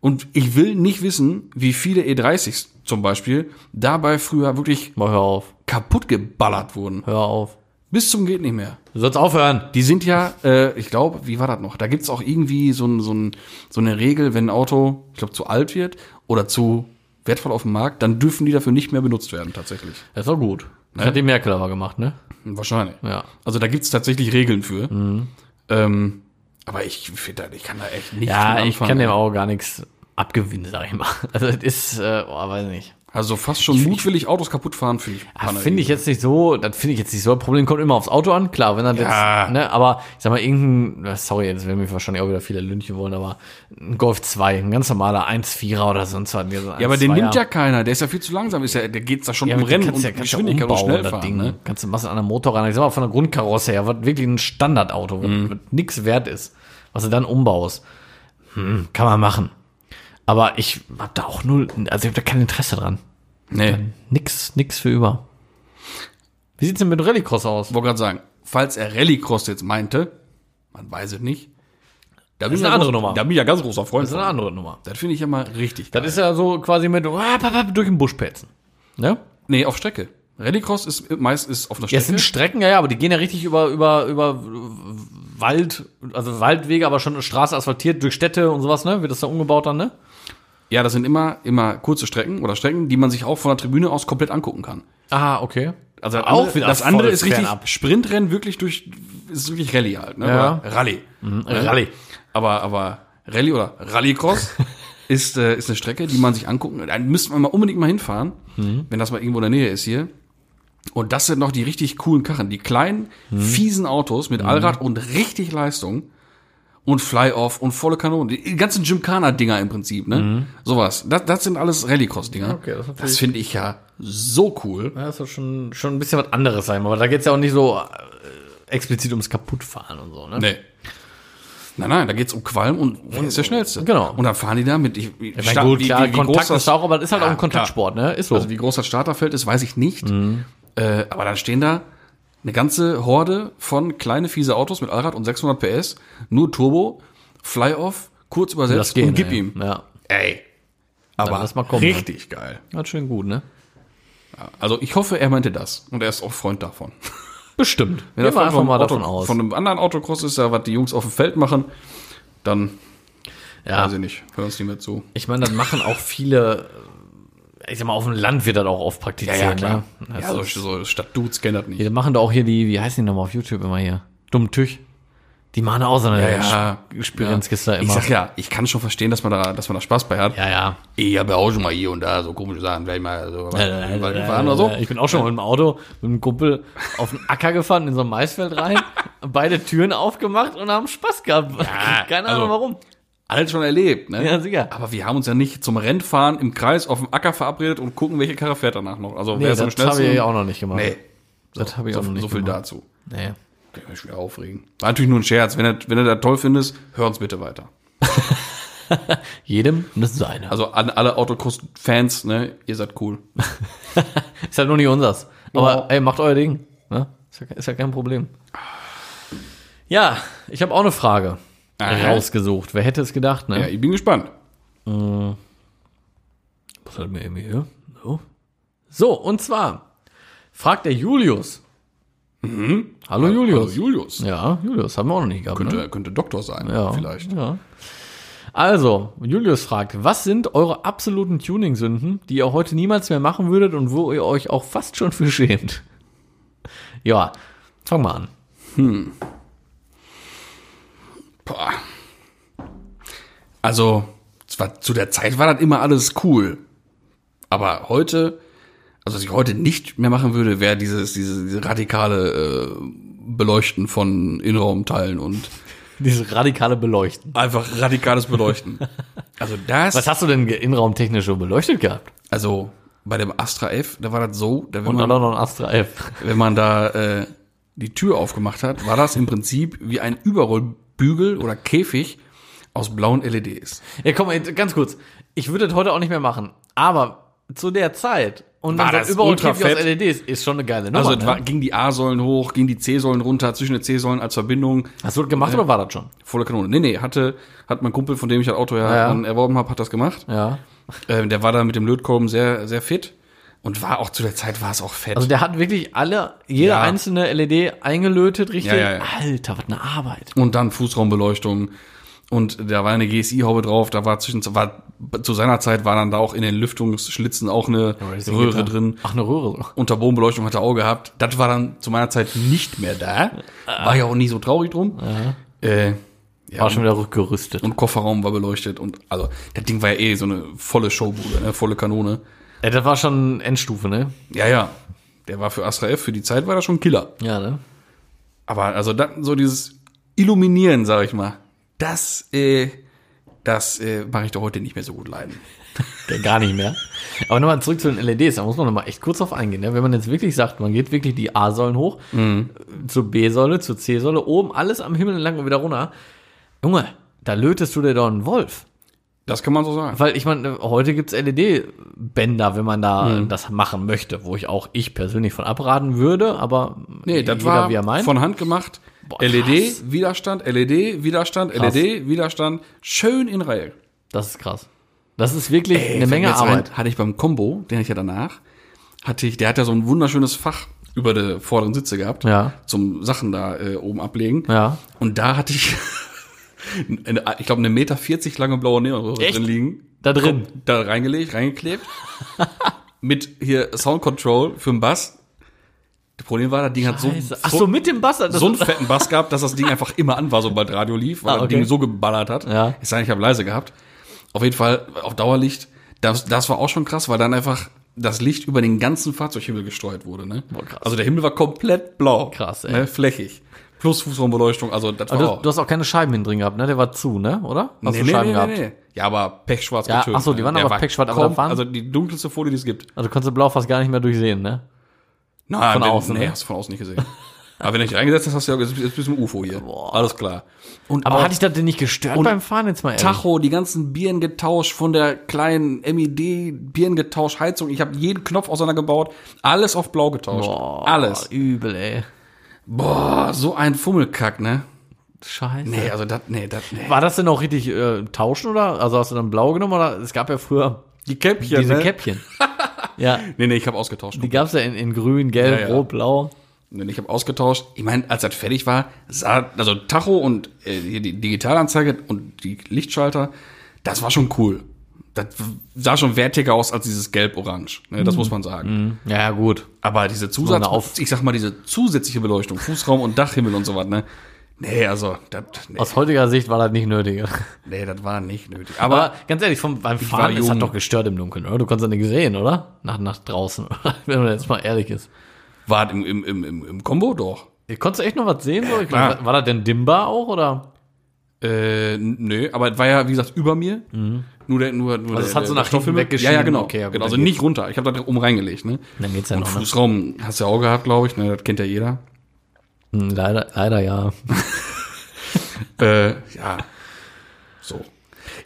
S3: Und ich will nicht wissen, wie viele E30s zum Beispiel dabei früher wirklich
S2: Mal hör auf.
S3: kaputt geballert wurden.
S2: Hör auf.
S3: Bis zum geht nicht mehr.
S2: Du sollst aufhören.
S3: Die sind ja, äh, ich glaube, wie war das noch? Da gibt's auch irgendwie so, ein, so, ein, so eine Regel, wenn ein Auto, ich glaube, zu alt wird oder zu wertvoll auf dem Markt, dann dürfen die dafür nicht mehr benutzt werden, tatsächlich.
S2: Das ist doch gut. Das hat die Merkel aber gemacht, ne?
S3: Wahrscheinlich.
S2: Ja.
S3: Also da gibt's tatsächlich Regeln für.
S2: Mhm.
S3: Ähm, aber ich finde, ich kann da echt nicht
S2: Ja,
S3: viel
S2: ich
S3: anfangen.
S2: kann dem auch gar nichts abgewinnen, sag ich mal. Also das ist, äh, oh, weiß nicht.
S3: Also fast schon mutwillig Autos kaputt fahren, finde ich.
S2: Ah,
S3: Panne.
S2: Finde ich jetzt nicht so, das finde ich jetzt nicht so. Das Problem kommt immer aufs Auto an, klar, wenn dann
S3: Ja.
S2: jetzt, ne, aber ich sag mal, irgendein, na, sorry, jetzt werden mich wahrscheinlich auch wieder viele Lünchen wollen, aber ein Golf 2, ein ganz normaler 1,4er oder sonst was.
S3: ja, aber den nimmt ja keiner. Der ist ja viel zu langsam. Ist ja, der geht's da schon
S2: Ja,
S3: um
S2: aber den
S3: Rennen
S2: kannst
S3: und
S2: du ja, kannst du ja
S3: Geschwindigkeit und
S2: umbauen,
S3: schnell
S2: das
S3: fahren.
S2: Ding.
S3: Ne?
S2: Kannst du machst an einem Motor ran. Ich sag mal, von der Grundkarosse her, was wirklich ein Standardauto,
S3: Mhm.
S2: was, was nix wert ist, was du dann umbaust. Hm, kann man machen. Aber ich hab da auch null, also ich hab da kein Interesse dran.
S3: Nee.
S2: Nix, nix für über. Wie sieht's denn mit Rallycross aus?
S3: wollte gerade sagen, falls er Rallycross jetzt meinte, man weiß es nicht. Da bin
S2: ist
S3: ich
S2: eine
S3: ja
S2: andere
S3: groß-
S2: Nummer.
S3: Da bin ich ja ganz großer Freund.
S2: Das ist eine andere Nummer.
S3: Das finde ich ja mal richtig.
S2: Das ist ja so quasi mit ah, pa, pa, durch den Busch petzen. Ne?
S3: nee, auf Strecke. Rallycross ist meist ist auf einer
S2: Ja, es
S3: Strecke.
S2: sind Strecken, ja, ja, aber die gehen ja richtig über, über, über Wald, also Waldwege, aber schon Straße asphaltiert durch Städte und sowas, ne? Wird das da umgebaut dann, ne?
S3: ja, das sind immer immer kurze Strecken oder Strecken, die man sich auch von der Tribüne aus komplett angucken kann.
S2: Ah, okay.
S3: Also das
S2: Auch
S3: andere,
S2: wieder
S3: das andere
S2: voll
S3: ist richtig
S2: fernab.
S3: Sprintrennen, wirklich durch ist wirklich Rallye halt, ne?
S2: Ja.
S3: Oder Rallye.
S2: Rallye.
S3: Aber aber Rallye oder Rallycross ist äh, ist eine Strecke, die man sich angucken. Da müssten wir mal unbedingt mal hinfahren, wenn das mal irgendwo in der Nähe ist hier. Und das sind noch die richtig coolen Karren, die kleinen, fiesen Autos mit Allrad und richtig Leistung und Fly-Off und volle Kanonen. Die ganzen Gymkhana-Dinger im Prinzip, ne? Sowas. Das, das sind alles Rallycross-Dinger.
S2: Okay, das ist
S3: das
S2: natürlich-
S3: finde ich ja so cool.
S2: Ja, das soll schon, schon ein bisschen was anderes sein, aber da geht's ja auch nicht so äh, explizit ums Kaputtfahren und so, ne?
S3: Nee. Nein, nein, da geht's um Qualm und wer ist der Schnellste?
S2: Genau.
S3: Und dann fahren die da mit. Ich, ich
S2: Ich meine, gut, klar, Kontakt
S3: groß
S2: ist auch, aber das ist halt
S3: Ja,
S2: auch ein Kontaktsport, Mhm. ne? Ist so.
S3: Also wie groß das Starterfeld ist, weiß ich nicht. Äh, aber dann stehen da eine ganze Horde von kleine, fiese Autos mit Allrad und 600 PS, nur Turbo, Fly-Off, kurz übersetzt
S2: das geht.
S3: und gib
S2: ey.
S3: ihm.
S2: Ja.
S3: Ey. Aber
S2: lass mal kommen,
S3: richtig geil.
S2: Ganz schön gut, ne?
S3: Also ich hoffe, er meinte das. Und er ist auch Freund davon.
S2: Bestimmt.
S3: Wenn
S2: Gehen
S3: er
S2: wir einfach
S3: vom
S2: mal
S3: Auto,
S2: davon aus.
S3: Von einem anderen Autocross ist ja, was die Jungs auf dem Feld machen, dann
S2: ja.
S3: weiß ich nicht. Hören uns nicht mehr zu.
S2: Ich meine, das machen auch viele, äh, ich sag mal, auf dem Land wird das auch oft praktiziert. Ne? Das
S3: Ja, so,
S2: ist,
S3: so Stadt-Dudes kennt das nicht.
S2: die machen da auch hier die, wie heißen die nochmal auf YouTube immer hier? Dumm Tüch. Die machen da auch so eine Experienzkiste
S3: ja.
S2: immer.
S3: Ich sag ja, ich kann schon verstehen, dass man da, dass man da Spaß bei hat.
S2: ja, ja.
S3: Ich habe auch schon mal hier und da so komische Sachen, vielleicht mal so
S2: Äh,
S3: Wald
S2: äh,
S3: fahren oder so.
S2: äh, Ich bin auch schon mal mit dem Auto mit einem Kumpel auf den Acker gefahren, in so ein Maisfeld rein, beide Türen aufgemacht und haben Spaß gehabt. Keine Ahnung
S3: also-
S2: warum.
S3: Alles schon erlebt, ne?
S2: Ja, sicher.
S3: Aber wir haben uns ja nicht zum Rennfahren im Kreis auf dem Acker verabredet und gucken, welche Karre fährt danach noch. Also
S2: Nee,
S3: wer ist am
S2: das habe
S3: schnellsten?
S2: ich auch noch nicht gemacht.
S3: Nee,
S2: das habe ich auch noch
S3: so,
S2: nicht
S3: so viel
S2: gemacht.
S3: dazu.
S2: Nee.
S3: Kann ich mich wieder aufregen. War natürlich nur ein Scherz. Wenn du, wenn du das toll findest, hör uns bitte weiter.
S2: Jedem das seine.
S3: Also an alle Autokurs-Fans, ne, ihr seid cool.
S2: Ist halt nur nicht unseres.
S3: Ja.
S2: Aber ey, macht euer Ding. Ne? Ist, ja, ist ja kein Problem. Ja, ich habe auch eine Frage
S3: Aha.
S2: rausgesucht. Wer hätte es gedacht, ne?
S3: Ja, ich bin gespannt.
S2: Was hat mir irgendwie hier? So. so, und zwar fragt der Julius. Mhm. Hallo Julius.
S3: Also Julius.
S2: ja, Julius, haben wir auch noch nicht gehabt. ne?
S3: Könnte, könnte Doktor sein,
S2: ja,
S3: vielleicht.
S2: Ja. Also, Julius fragt, was sind eure absoluten Tuning-Sünden, die ihr heute niemals mehr machen würdet und wo ihr euch auch fast schon für schämt? Ja, fang mal an.
S3: Boah. Also, es war, zu der Zeit war das immer alles cool. Aber heute, also was ich heute nicht mehr machen würde, wäre dieses, diese, diese radikale äh, Beleuchten von Innenraumteilen und
S2: Dieses radikale Beleuchten.
S3: einfach radikales Beleuchten. also das,
S2: Was hast du denn ge- innenraumtechnisch so beleuchtet gehabt?
S3: also bei dem Astra F, da war das so, da wenn
S2: Und dann
S3: man,
S2: auch noch ein Astra F.
S3: wenn man da äh, die Tür aufgemacht hat, war das im Prinzip wie ein Überrollbügel Bügel oder Käfig aus blauen E LEDs.
S2: Ja, komm, jetzt ganz kurz. Ich würde das heute auch nicht mehr machen. Aber zu der Zeit und
S3: War
S2: dann so
S3: das
S2: überall
S3: ultra
S2: Käfig aus
S3: fett?
S2: LEDs ist schon eine geile Nummer.
S3: Also es
S2: ne?
S3: war, ging die A-Säulen hoch, ging die C-Säulen runter, zwischen den C-Säulen als Verbindung,
S2: Hast du das gemacht oder war das schon?
S3: volle Kanone. Nee, nee, hatte, hat mein Kumpel, von dem ich das Auto ja,
S2: Ja.
S3: dann erworben habe, hat das gemacht.
S2: Ja.
S3: Ähm, der war da mit dem Lötkolben sehr, sehr fit und war auch zu der Zeit war es auch fett.
S2: Also der hat wirklich alle, jede
S3: Ja.
S2: einzelne LED eingelötet, richtig?
S3: Ja, ja, ja.
S2: Alter, was eine Arbeit.
S3: und dann Fußraumbeleuchtung und da war eine GSI-Haube drauf, da war zwischen war, zu seiner Zeit war dann da auch in den Lüftungsschlitzen auch eine Röhre drin.
S2: Ach, eine Röhre.
S3: Unterbodenbeleuchtung hat er auch gehabt. Das war dann zu meiner Zeit nicht mehr da.
S2: Ah.
S3: War ja auch nicht so traurig drum. Äh, ja,
S2: War schon wieder rückgerüstet.
S3: und Kofferraum war beleuchtet und also das Ding war ja eh so eine volle Showbude, ne? volle Kanone.
S2: Ja, das war schon Endstufe, ne?
S3: Ja, ja. Der war für Astra F, für die Zeit war er schon ein Killer.
S2: Ja, ne?
S3: Aber also da, so dieses Illuminieren, sag ich mal, das, äh, das äh, mache ich doch heute nicht mehr so gut leiden.
S2: Ja, Gar nicht mehr. Aber nochmal zurück zu den LEDs, da muss man nochmal echt kurz drauf eingehen. Ne? Wenn man jetzt wirklich sagt, man geht wirklich die A-Säulen hoch,
S3: Mhm.
S2: äh, zur B-Säule, zur C-Säule, oben alles am Himmel entlang und wieder runter. Junge, da lötest du dir doch einen Wolf.
S3: Das kann man so sagen.
S2: Weil ich meine, heute gibt's LED-Bänder, wenn man da
S3: Mhm.
S2: äh, das machen möchte, wo ich auch ich persönlich von abraten würde, aber
S3: Nee, das war
S2: wie er meint.
S3: von Hand gemacht. LED, Widerstand, LED, Widerstand, LED, Widerstand. Schön in Reihe.
S2: das ist krass. Das ist wirklich eine
S3: Fällt mir
S2: Menge
S3: jetzt ein,
S2: Arbeit.
S3: hatte ich beim Combo, den hatte ich ja danach, hatte ich, der hat ja so ein wunderschönes Fach über der vorderen Sitze gehabt,
S2: Ja.
S3: zum Sachen da äh, oben ablegen.
S2: Ja.
S3: Und da hatte ich, eine, ich glaube, eine Meter 40 lange blaue Neonröhre
S2: Echt?
S3: drin liegen.
S2: Da drin?
S3: Komm, Da reingelegt, reingeklebt. mit hier Sound Control für den Bass. Das Problem war, das Ding hat so,
S2: Scheiße. Ach so, mit dem Bass. Das
S3: so einen fetten Bass gehabt, dass das Ding einfach immer an war, sobald Radio lief, weil
S2: Ah,
S3: das
S2: okay.
S3: Ding so geballert hat.
S2: Ja.
S3: Ich sage, ich habe leise gehabt. Auf jeden Fall auf Dauerlicht. Das, das war auch schon krass, weil dann einfach das Licht über den ganzen Fahrzeughimmel gestreut wurde. Ne?
S2: Boah, krass.
S3: Also der Himmel war komplett blau.
S2: Krass, ey.
S3: Ne? Flächig. Plus Fußraumbeleuchtung, also das war
S2: du,
S3: auch.
S2: du hast auch keine Scheiben hinten drin gehabt, ne? Der war zu, ne? Oder? Hast du Scheiben gehabt?
S3: Ja, aber pechschwarz
S2: Ja, ach so, die
S3: ne?
S2: waren
S3: Der
S2: aber
S3: war
S2: pechschwarz, aber
S3: kaum-
S2: da waren-
S3: Also die dunkelste Folie, die es gibt.
S2: Also konntest du blau fast gar nicht mehr durchsehen, ne?
S3: Na,
S2: Von
S3: wenn,
S2: außen,
S3: Nee,
S2: ne?
S3: hast du von außen nicht gesehen. aber wenn du dich reingesetzt hast, hast du ja jetzt bist du im UFO hier. Alles klar. Und
S2: Aber
S3: auch-
S2: hatte ich das denn nicht gestört beim Fahren jetzt mal ehrlich?
S3: Tacho, die ganzen Birnen getauscht von der kleinen MID, Birnen getauscht, Heizung. Ich habe jeden Knopf auseinandergebaut, alles auf blau getauscht.
S2: Boah,
S3: Alles.
S2: Übel, ey.
S3: Boah, so ein Fummelkack, ne?
S2: Scheiße.
S3: Nee, also das, nee, das, nee.
S2: War das denn auch richtig äh, tauschen oder? Also hast du dann blau genommen oder? Es gab ja früher
S3: Die Käppchen,
S2: diese
S3: ne?
S2: Käppchen. ja,
S3: Nee, nee, ich habe ausgetauscht.
S2: die gab's ja in, in grün, gelb,
S3: Ja, ja.
S2: rot, blau.
S3: Nee, ich habe ausgetauscht. Ich meine, als das fertig war, sah, also Tacho und äh, hier die Digitalanzeige und die Lichtschalter, das war schon cool. Das sah schon wertiger aus als dieses Gelb-Orange. Ne,
S2: Mhm.
S3: das muss man sagen.
S2: Ja, ja, gut.
S3: Aber diese
S2: war eine
S3: Zusatz,
S2: Auf-
S3: ich sag mal, diese zusätzliche Beleuchtung, Fußraum und Dachhimmel und so was, ne? Nee, also, das, nee,
S2: Aus heutiger Sicht war das nicht nötig.
S3: nee, das war nicht nötig.
S2: Aber,
S3: Aber,
S2: ganz ehrlich, vom, beim
S3: war
S2: Fahren, das
S3: jung.
S2: hat doch gestört im Dunkeln, oder? Du konntest das nicht sehen, oder? Nach, nach draußen, wenn man jetzt mal ehrlich ist.
S3: war das im, im, im, im, im Kombo doch?
S2: Konntest du echt noch was sehen? So? Ich
S3: klar.
S2: glaub, war das denn dimmbar auch, oder?
S3: Äh, n- nö, aber es war ja, wie gesagt, über mir. Nur der, nur, nur
S2: Mhm. Also es
S3: der,
S2: hat so nach hinten
S3: Ja,
S2: weggeschienen.
S3: ja, genau.
S2: Okay, ja, gut,
S3: genau also
S2: dann geht's.
S3: nicht runter. Ich habe da oben reingelegt, ne?
S2: Dann geht's ja
S3: Und
S2: noch, ne?
S3: Fußraum hast du ja auch gehabt, glaube ich, ne? Das kennt ja jeder.
S2: Hm, Leider, leider ja.
S3: Äh, ja. So.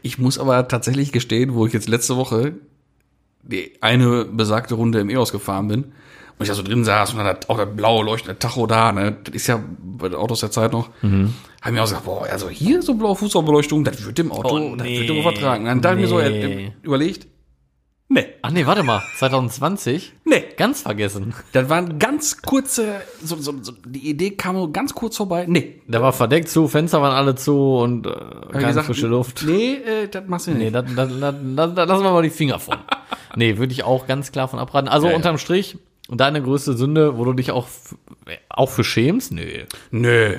S3: Ich muss aber tatsächlich gestehen, wo ich jetzt letzte Woche die eine besagte Runde im EOS gefahren bin und ich da so drin saß und dann hat auch der blaue leuchtende Tacho da, ne, das ist ja bei den Autos der Zeit noch,
S2: Mhm.
S3: haben mir auch gesagt, boah, also hier so blaue Fußballbeleuchtung, das wird dem Auto,
S2: Oh,
S3: das
S2: nee,
S3: wird dem vertragen. Dann dachte ich mir so,
S2: nee.
S3: äh, überlegt, nee,
S2: Ach nee, warte mal. 2020?
S3: nee,
S2: Ganz vergessen.
S3: das waren ganz kurze, so, so, so, die Idee kam nur ganz kurz vorbei, nee.
S2: Da war Verdeck zu, Fenster waren alle zu und äh,
S3: Hab ich
S2: keine frische Luft.
S3: Nee, äh, das machst du nicht.
S2: Nee, da, da, da, da, da lassen wir mal die Finger von. Nee, würde ich auch ganz klar von abraten. Also
S3: Ja, ja.
S2: unterm Strich, deine größte Sünde, wo du dich auch, f- auch für schämst? Nee.
S3: Nö.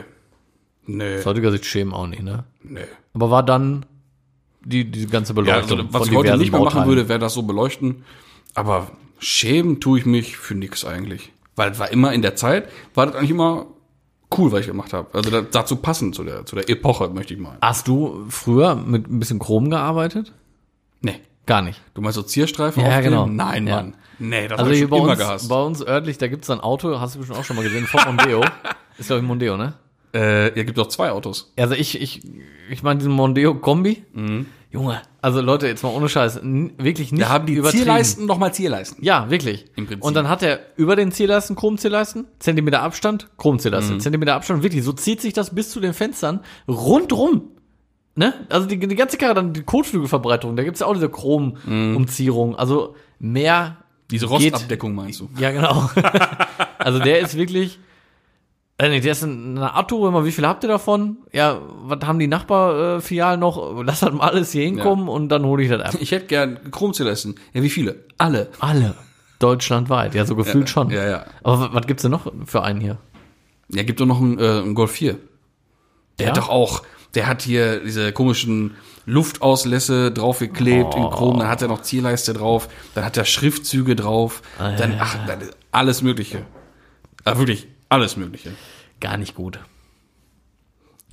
S3: Nö.
S2: Aus heutiger Sicht schämen auch nicht, ne?
S3: Nö.
S2: Aber war dann die, die ganze
S3: Ja,
S2: Beleuchtung.
S3: also, was
S2: von
S3: ich heute
S2: diversen
S3: nicht mehr machen
S2: Bauteilen.
S3: würde, wäre das so beleuchten. Aber schämen tue ich mich für nix eigentlich. Weil das war immer in der Zeit, war das eigentlich immer cool, was ich gemacht habe. Also das, dazu passend zu der, zu der Epoche, möchte ich mal.
S2: Hast du früher mit ein bisschen Chrom gearbeitet?
S3: Nee.
S2: Gar nicht.
S3: Du meinst so Zierstreifen
S2: Ja,
S3: aufkleben?
S2: genau.
S3: Nein,
S2: Ja.
S3: Mann. Nee, das
S2: Also
S3: hab ich schon
S2: hier bei
S3: immer
S2: uns,
S3: gehasst.
S2: bei uns örtlich, da gibt's ein Auto, hast du bestimmt auch schon mal gesehen, von Mondeo. Ist glaube ich Mondeo, ne?
S3: Äh, ja, gibt doch zwei Autos.
S2: Also ich, ich, ich meine diesen Mondeo Kombi. Junge, also Leute, jetzt mal ohne Scheiß, n- wirklich nicht
S3: Mhm. Da haben die
S2: übertrieben.
S3: Zierleisten nochmal Zierleisten.
S2: Ja, wirklich.
S3: Im Prinzip.
S2: Und dann hat er über den Zierleisten Chromzierleisten, Zentimeter Abstand, Chromzierleisten,
S3: Mhm.
S2: Zentimeter Abstand, wirklich, so zieht sich das bis zu den Fenstern rundrum. Ne? Also die, die ganze Karre, dann die Kotflügelverbreiterung, da gibt's ja auch diese
S3: Mhm.
S2: Chrom-Umzierung. Also mehr
S3: Diese
S2: Geht-
S3: Rostabdeckung meinst du?
S2: ja, genau. also der ist wirklich. Äh, nee, der ist ein- eine Atto, immer wie viel habt ihr davon? Ja, was haben die Nachbarfilialen noch? Lass das mal alles hier hinkommen und dann hole ich das ab.
S3: Ich hätte gern Chromzierleisten. Ja, wie viele? Alle.
S2: Alle. Deutschlandweit, ja, so gefühlt schon.
S3: ja, ja.
S2: Aber wa- was gibt's denn noch für einen hier?
S3: Ja, gibt doch noch einen, äh, einen Golf 4. Der
S2: Ja?
S3: hat doch auch, der hat hier diese komischen Luftauslässe draufgeklebt in Chrom, dann hat er noch Zierleiste drauf, dann hat er Schriftzüge drauf,
S2: Ah,
S3: dann, ach, dann ist alles Mögliche. Ah, wirklich, alles Mögliche.
S2: Gar nicht gut.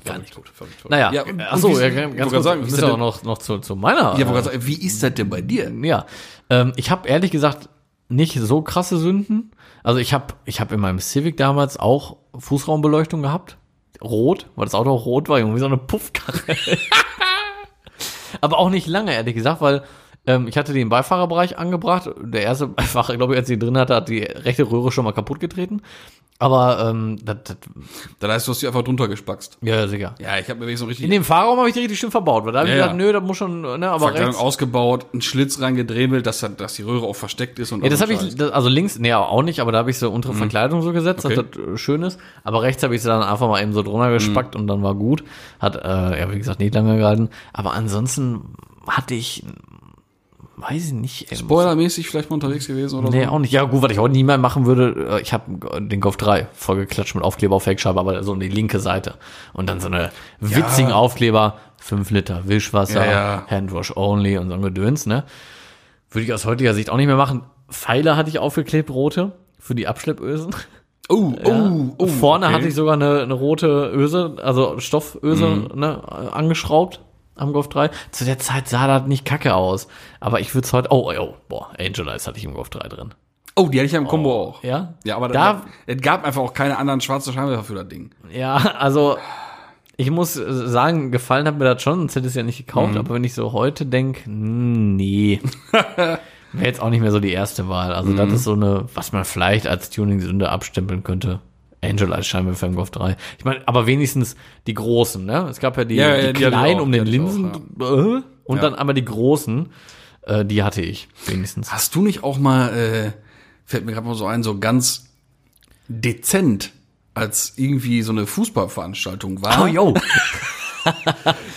S2: Gar nicht gut.
S3: Verrückt, verrückt.
S2: Naja, äh,
S3: ja,
S2: ach so,
S3: und wie-
S2: ja,
S3: ich
S2: ganz
S3: wollte sagen, wie
S2: kurz, sagen,
S3: ist
S2: ist
S3: das
S2: ja auch
S3: denn-
S2: noch, noch zu, zu meiner.
S3: Ja,
S2: äh,
S3: aber ganz, wie ist das denn bei dir?
S2: Ja, ähm, ich habe ehrlich gesagt nicht so krasse Sünden. Also ich habe ich hab in meinem Civic damals auch Fußraumbeleuchtung gehabt. Rot, weil das Auto auch rot war, Junge, wie so eine Puffkarre. Aber auch nicht lange, ehrlich gesagt, weil ähm, ich hatte die im Beifahrerbereich angebracht. Der erste Beifahrer, glaube ich, als ich die drin hatte, hat die rechte Röhre schon mal kaputt getreten. Aber ähm, das, das,
S3: Da heißt, du hast die einfach drunter gespackst.
S2: ja, sicher.
S3: Ja, ich habe mir wirklich so richtig
S2: In dem Fahrraum habe ich die richtig schön verbaut, weil da habe ich
S3: Ja, ja.
S2: gedacht, nö, das muss schon, ne, aber
S3: Verkleidung
S2: rechts,
S3: ausgebaut, einen Schlitz reingedrebelt, dass, dann- dass die Röhre auch versteckt ist. Und
S2: Ja, das
S3: auch
S2: habe ich,
S3: Scheiß.
S2: das, also links, nee, auch nicht, aber da habe ich so untere Verkleidung so gesetzt,
S3: Mhm. Okay. Mhm.
S2: dass das äh, schön ist. Aber rechts habe ich sie dann einfach mal eben so drunter gespackt und dann war gut. Hat, äh, ja, wie gesagt, nicht lange gehalten. Aber ansonsten hatte ich, weiß ich nicht. ey,
S3: Spoilermäßig vielleicht mal unterwegs gewesen oder
S2: Nee,
S3: so.
S2: auch nicht. Ja, gut, was ich heute nie mehr machen würde, äh, ich habe den Golf 3 vollgeklatscht mit Aufkleber auf Heckscheibe, aber so in die linke Seite. Und dann so eine witzigen Aufkleber, 5 Liter Wischwasser,
S3: Ja, ja.
S2: Handwash only und so ein Gedöns, ne? Würde ich aus heutiger Sicht auch nicht mehr machen. Pfeile hatte ich aufgeklebt, rote, für die Abschleppösen.
S3: Oh, oh, oh.
S2: Vorne
S3: okay.
S2: hatte ich sogar eine, eine rote Öse, also Stofföse,
S3: Mhm.
S2: ne, äh, angeschraubt am Golf 3. Zu der Zeit sah das nicht kacke aus. Aber ich würde es heute, oh, oh, boah, Angel Eyes hatte ich im Golf 3 drin.
S3: Oh, die hatte ich ja im Combo auch.
S2: Ja?
S3: Ja, aber da,
S2: Da-
S3: es gab einfach auch keine anderen schwarzen Scheinwerfer für das Ding.
S2: Ja, also ich muss sagen, gefallen hat mir das schon, sonst hätte ich es ja nicht gekauft.
S3: Mhm.
S2: Aber wenn ich so heute denke, nee, wäre jetzt auch nicht mehr so die erste Wahl. Also das
S3: Mhm.
S2: ist so eine, was man vielleicht als Tuning-Sünde abstempeln könnte. Angel als Scheinwerfer im Golf 3. Ich meine, aber wenigstens die großen, ne? Es gab ja die,
S3: Ja, ja,
S2: die
S3: die hatte ich
S2: kleinen
S3: auch,
S2: um
S3: die
S2: den
S3: hatte ich
S2: Linsen äh, und dann einmal die großen. Äh, die hatte ich wenigstens.
S3: Hast du nicht auch mal, äh, fällt mir gerade mal so ein, so ganz dezent als irgendwie so eine Fußballveranstaltung war.
S2: Oh, yo.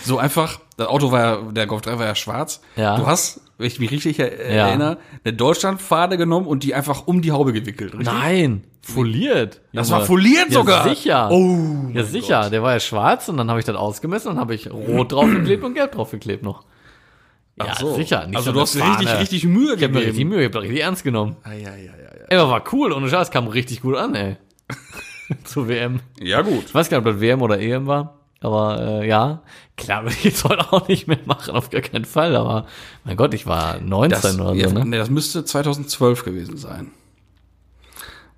S3: So einfach, das Auto war ja, der Golf 3 war ja schwarz.
S2: Ja.
S3: Du hast, wenn ich mich richtig er äh,
S2: Ja.
S3: erinnere, eine Deutschlandfahne genommen und die einfach um die Haube gewickelt, richtig?
S2: Nein, foliert.
S3: Das
S2: Junge.
S3: war foliert
S2: ja,
S3: sogar.
S2: Sicher.
S3: Oh.
S2: Ja, sicher. Der war ja schwarz und dann habe ich das ausgemessen und dann habe ich rot draufgeklebt und gelb draufgeklebt noch. Ja,
S3: Ach so.
S2: sicher. Nicht
S3: also
S2: so
S3: du
S2: eine
S3: hast richtig,
S2: Fahne.
S3: richtig Mühe
S2: Ich habe mir richtig
S3: gegeben.
S2: Mühe, ich hab das richtig ernst genommen.
S3: Ah, ja, ja, ja, ja.
S2: Ey, aber war cool. Ohne Scheiß kam richtig gut an, ey. Zur WM.
S3: ja, gut.
S2: Ich weiß gar nicht, ob das WM oder EM war. Aber äh, ja, klar würde ich jetzt heute auch nicht mehr machen, auf gar keinen Fall. Aber mein Gott, ich war 19
S3: Das,
S2: oder so,
S3: ja,
S2: ne?
S3: nee, das müsste 2012 gewesen sein.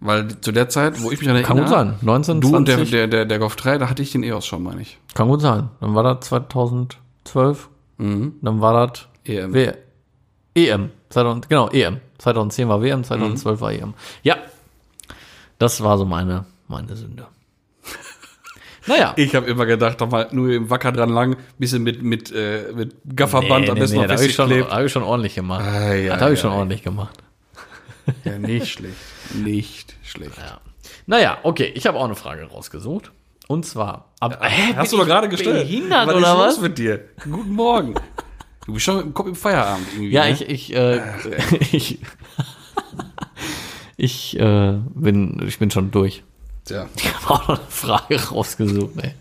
S3: Weil zu der Zeit, wo ich mich an erinnere,
S2: Kann gut sein. 19,
S3: du und der,
S2: 20.
S3: der, der, der Golf 3, da hatte ich den EOS schon, meine ich.
S2: Kann gut sein. Dann war das 2012.
S3: Mhm.
S2: Dann war das
S3: EM.
S2: W EM. 2000, genau, EM. 2010 war WM, 2012 war EM. Ja. Das war so meine, meine Sünde. Naja.
S3: Ich habe immer gedacht, da war nur im Wacker dran lang, bisschen mit, mit, äh, mit Gafferband am besten noch
S2: da habe ich, schon-
S3: festgeklebt.
S2: hab ich schon ordentlich gemacht.
S3: Ah, ja,
S2: das habe ich
S3: ja,
S2: schon
S3: ja.
S2: ordentlich gemacht.
S3: Ja, nicht schlecht. Nicht schlecht.
S2: Ja. Naja, okay, ich habe auch eine Frage rausgesucht. Und zwar, ab, Äh, hä,
S3: Hast du
S2: bin
S3: doch
S2: ich
S3: gerade gestellt.
S2: Behindert
S3: was
S2: oder
S3: ist
S2: was?
S3: los mit dir? Guten Morgen. Du bist schon mit dem Kopf im Feierabend irgendwie.
S2: Ja,
S3: ne?
S2: ich, ich, äh, ich, ich, äh, bin, ich bin schon durch.
S3: Tja.
S2: Ich habe auch noch eine Frage rausgesucht, ey.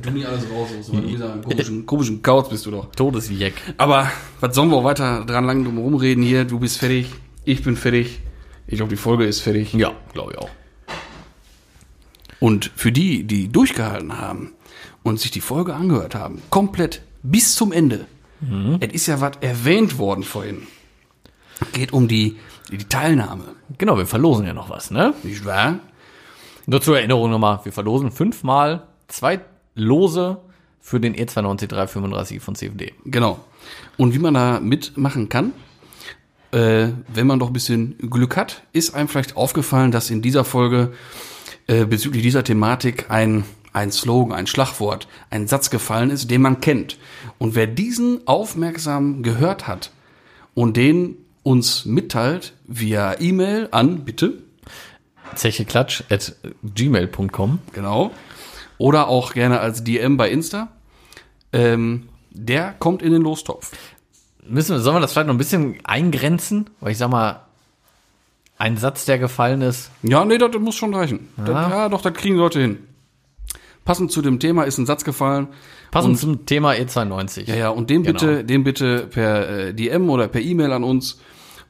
S3: Du nie alles raus aus
S2: Hm.
S3: meinem komischen, komischen Couch bist du doch.
S2: Todesjeck.
S3: Aber was sollen wir auch weiter dran lang drum rumreden hier? Du bist fertig, ich bin fertig. Ich glaube, die Folge ist fertig.
S2: Ja, glaube ich auch.
S3: Und für die, die durchgehalten haben und sich die Folge angehört haben, komplett bis zum Ende. Es ist ja was erwähnt worden vorhin. Geht um die, die Teilnahme,
S2: Genau, wir verlosen ja noch was, ne?
S3: nicht wahr?
S2: Nur zur Erinnerung nochmal, wir verlosen fünfmal zwei Lose für den E E92335 von CFD.
S3: Genau. Und wie man da mitmachen kann, äh, wenn man doch ein bisschen Glück hat, ist einem vielleicht aufgefallen, dass in dieser Folge äh, bezüglich dieser Thematik ein, ein Slogan, ein Schlagwort, ein Satz gefallen ist, den man kennt. Und wer diesen aufmerksam gehört hat und den uns mitteilt via E-Mail an, bitte,
S2: Zecheklatsch at gmail.com.
S3: Genau. Oder auch gerne als DM bei Insta. Ähm, der kommt in den Lostopf.
S2: Müssen wir, sollen wir das vielleicht noch ein bisschen eingrenzen? Weil ich sag mal, ein Satz, der gefallen ist.
S3: Ja, nee, das muss schon reichen. Ja, das, ja doch, das kriegen Leute hin. Passend zu dem Thema ist ein Satz gefallen.
S2: Passend zum Thema E E92.
S3: Ja, ja, und den
S2: Genau.
S3: bitte, den bitte per äh, DM oder per E-Mail an uns.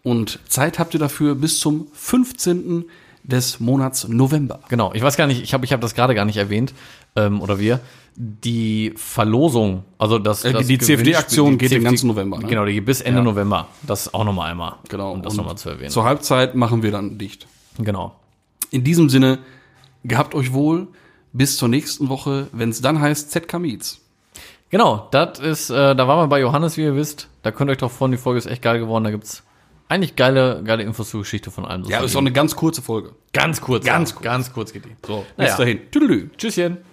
S3: Und Zeit habt ihr dafür bis zum 15. des Monats November.
S2: Genau, ich weiß gar nicht, ich habe ich hab das gerade gar nicht erwähnt, ähm, oder wir. Die Verlosung, also das.
S3: Äh, die-
S2: das
S3: die CFD-Aktion
S2: Gewinnspiel-
S3: geht den
S2: CFD
S3: ganzen November, ne? Genau,
S2: Genau, die geht bis Ende November. Das auch nochmal einmal. Um das
S3: und
S2: nochmal zu erwähnen.
S3: Zur Halbzeit machen wir dann dicht.
S2: Genau.
S3: In diesem Sinne, gehabt euch wohl. Bis zur nächsten Woche, wenn es dann heißt ZK Meets.
S2: Genau, das ist, äh, da waren wir bei Johannes, wie ihr wisst. Da könnt ihr euch drauf freuen, die Folge ist echt geil geworden. Da gibt's eigentlich geile, geile Infos zur Geschichte von allem.
S3: Ja, ist auch eine ganz kurze Folge.
S2: ganz kurz.
S3: ganz
S2: ja. ganz kurz geht die.
S3: So, bis
S2: Naja.
S3: dahin. Tüdelü.
S2: Tschüsschen.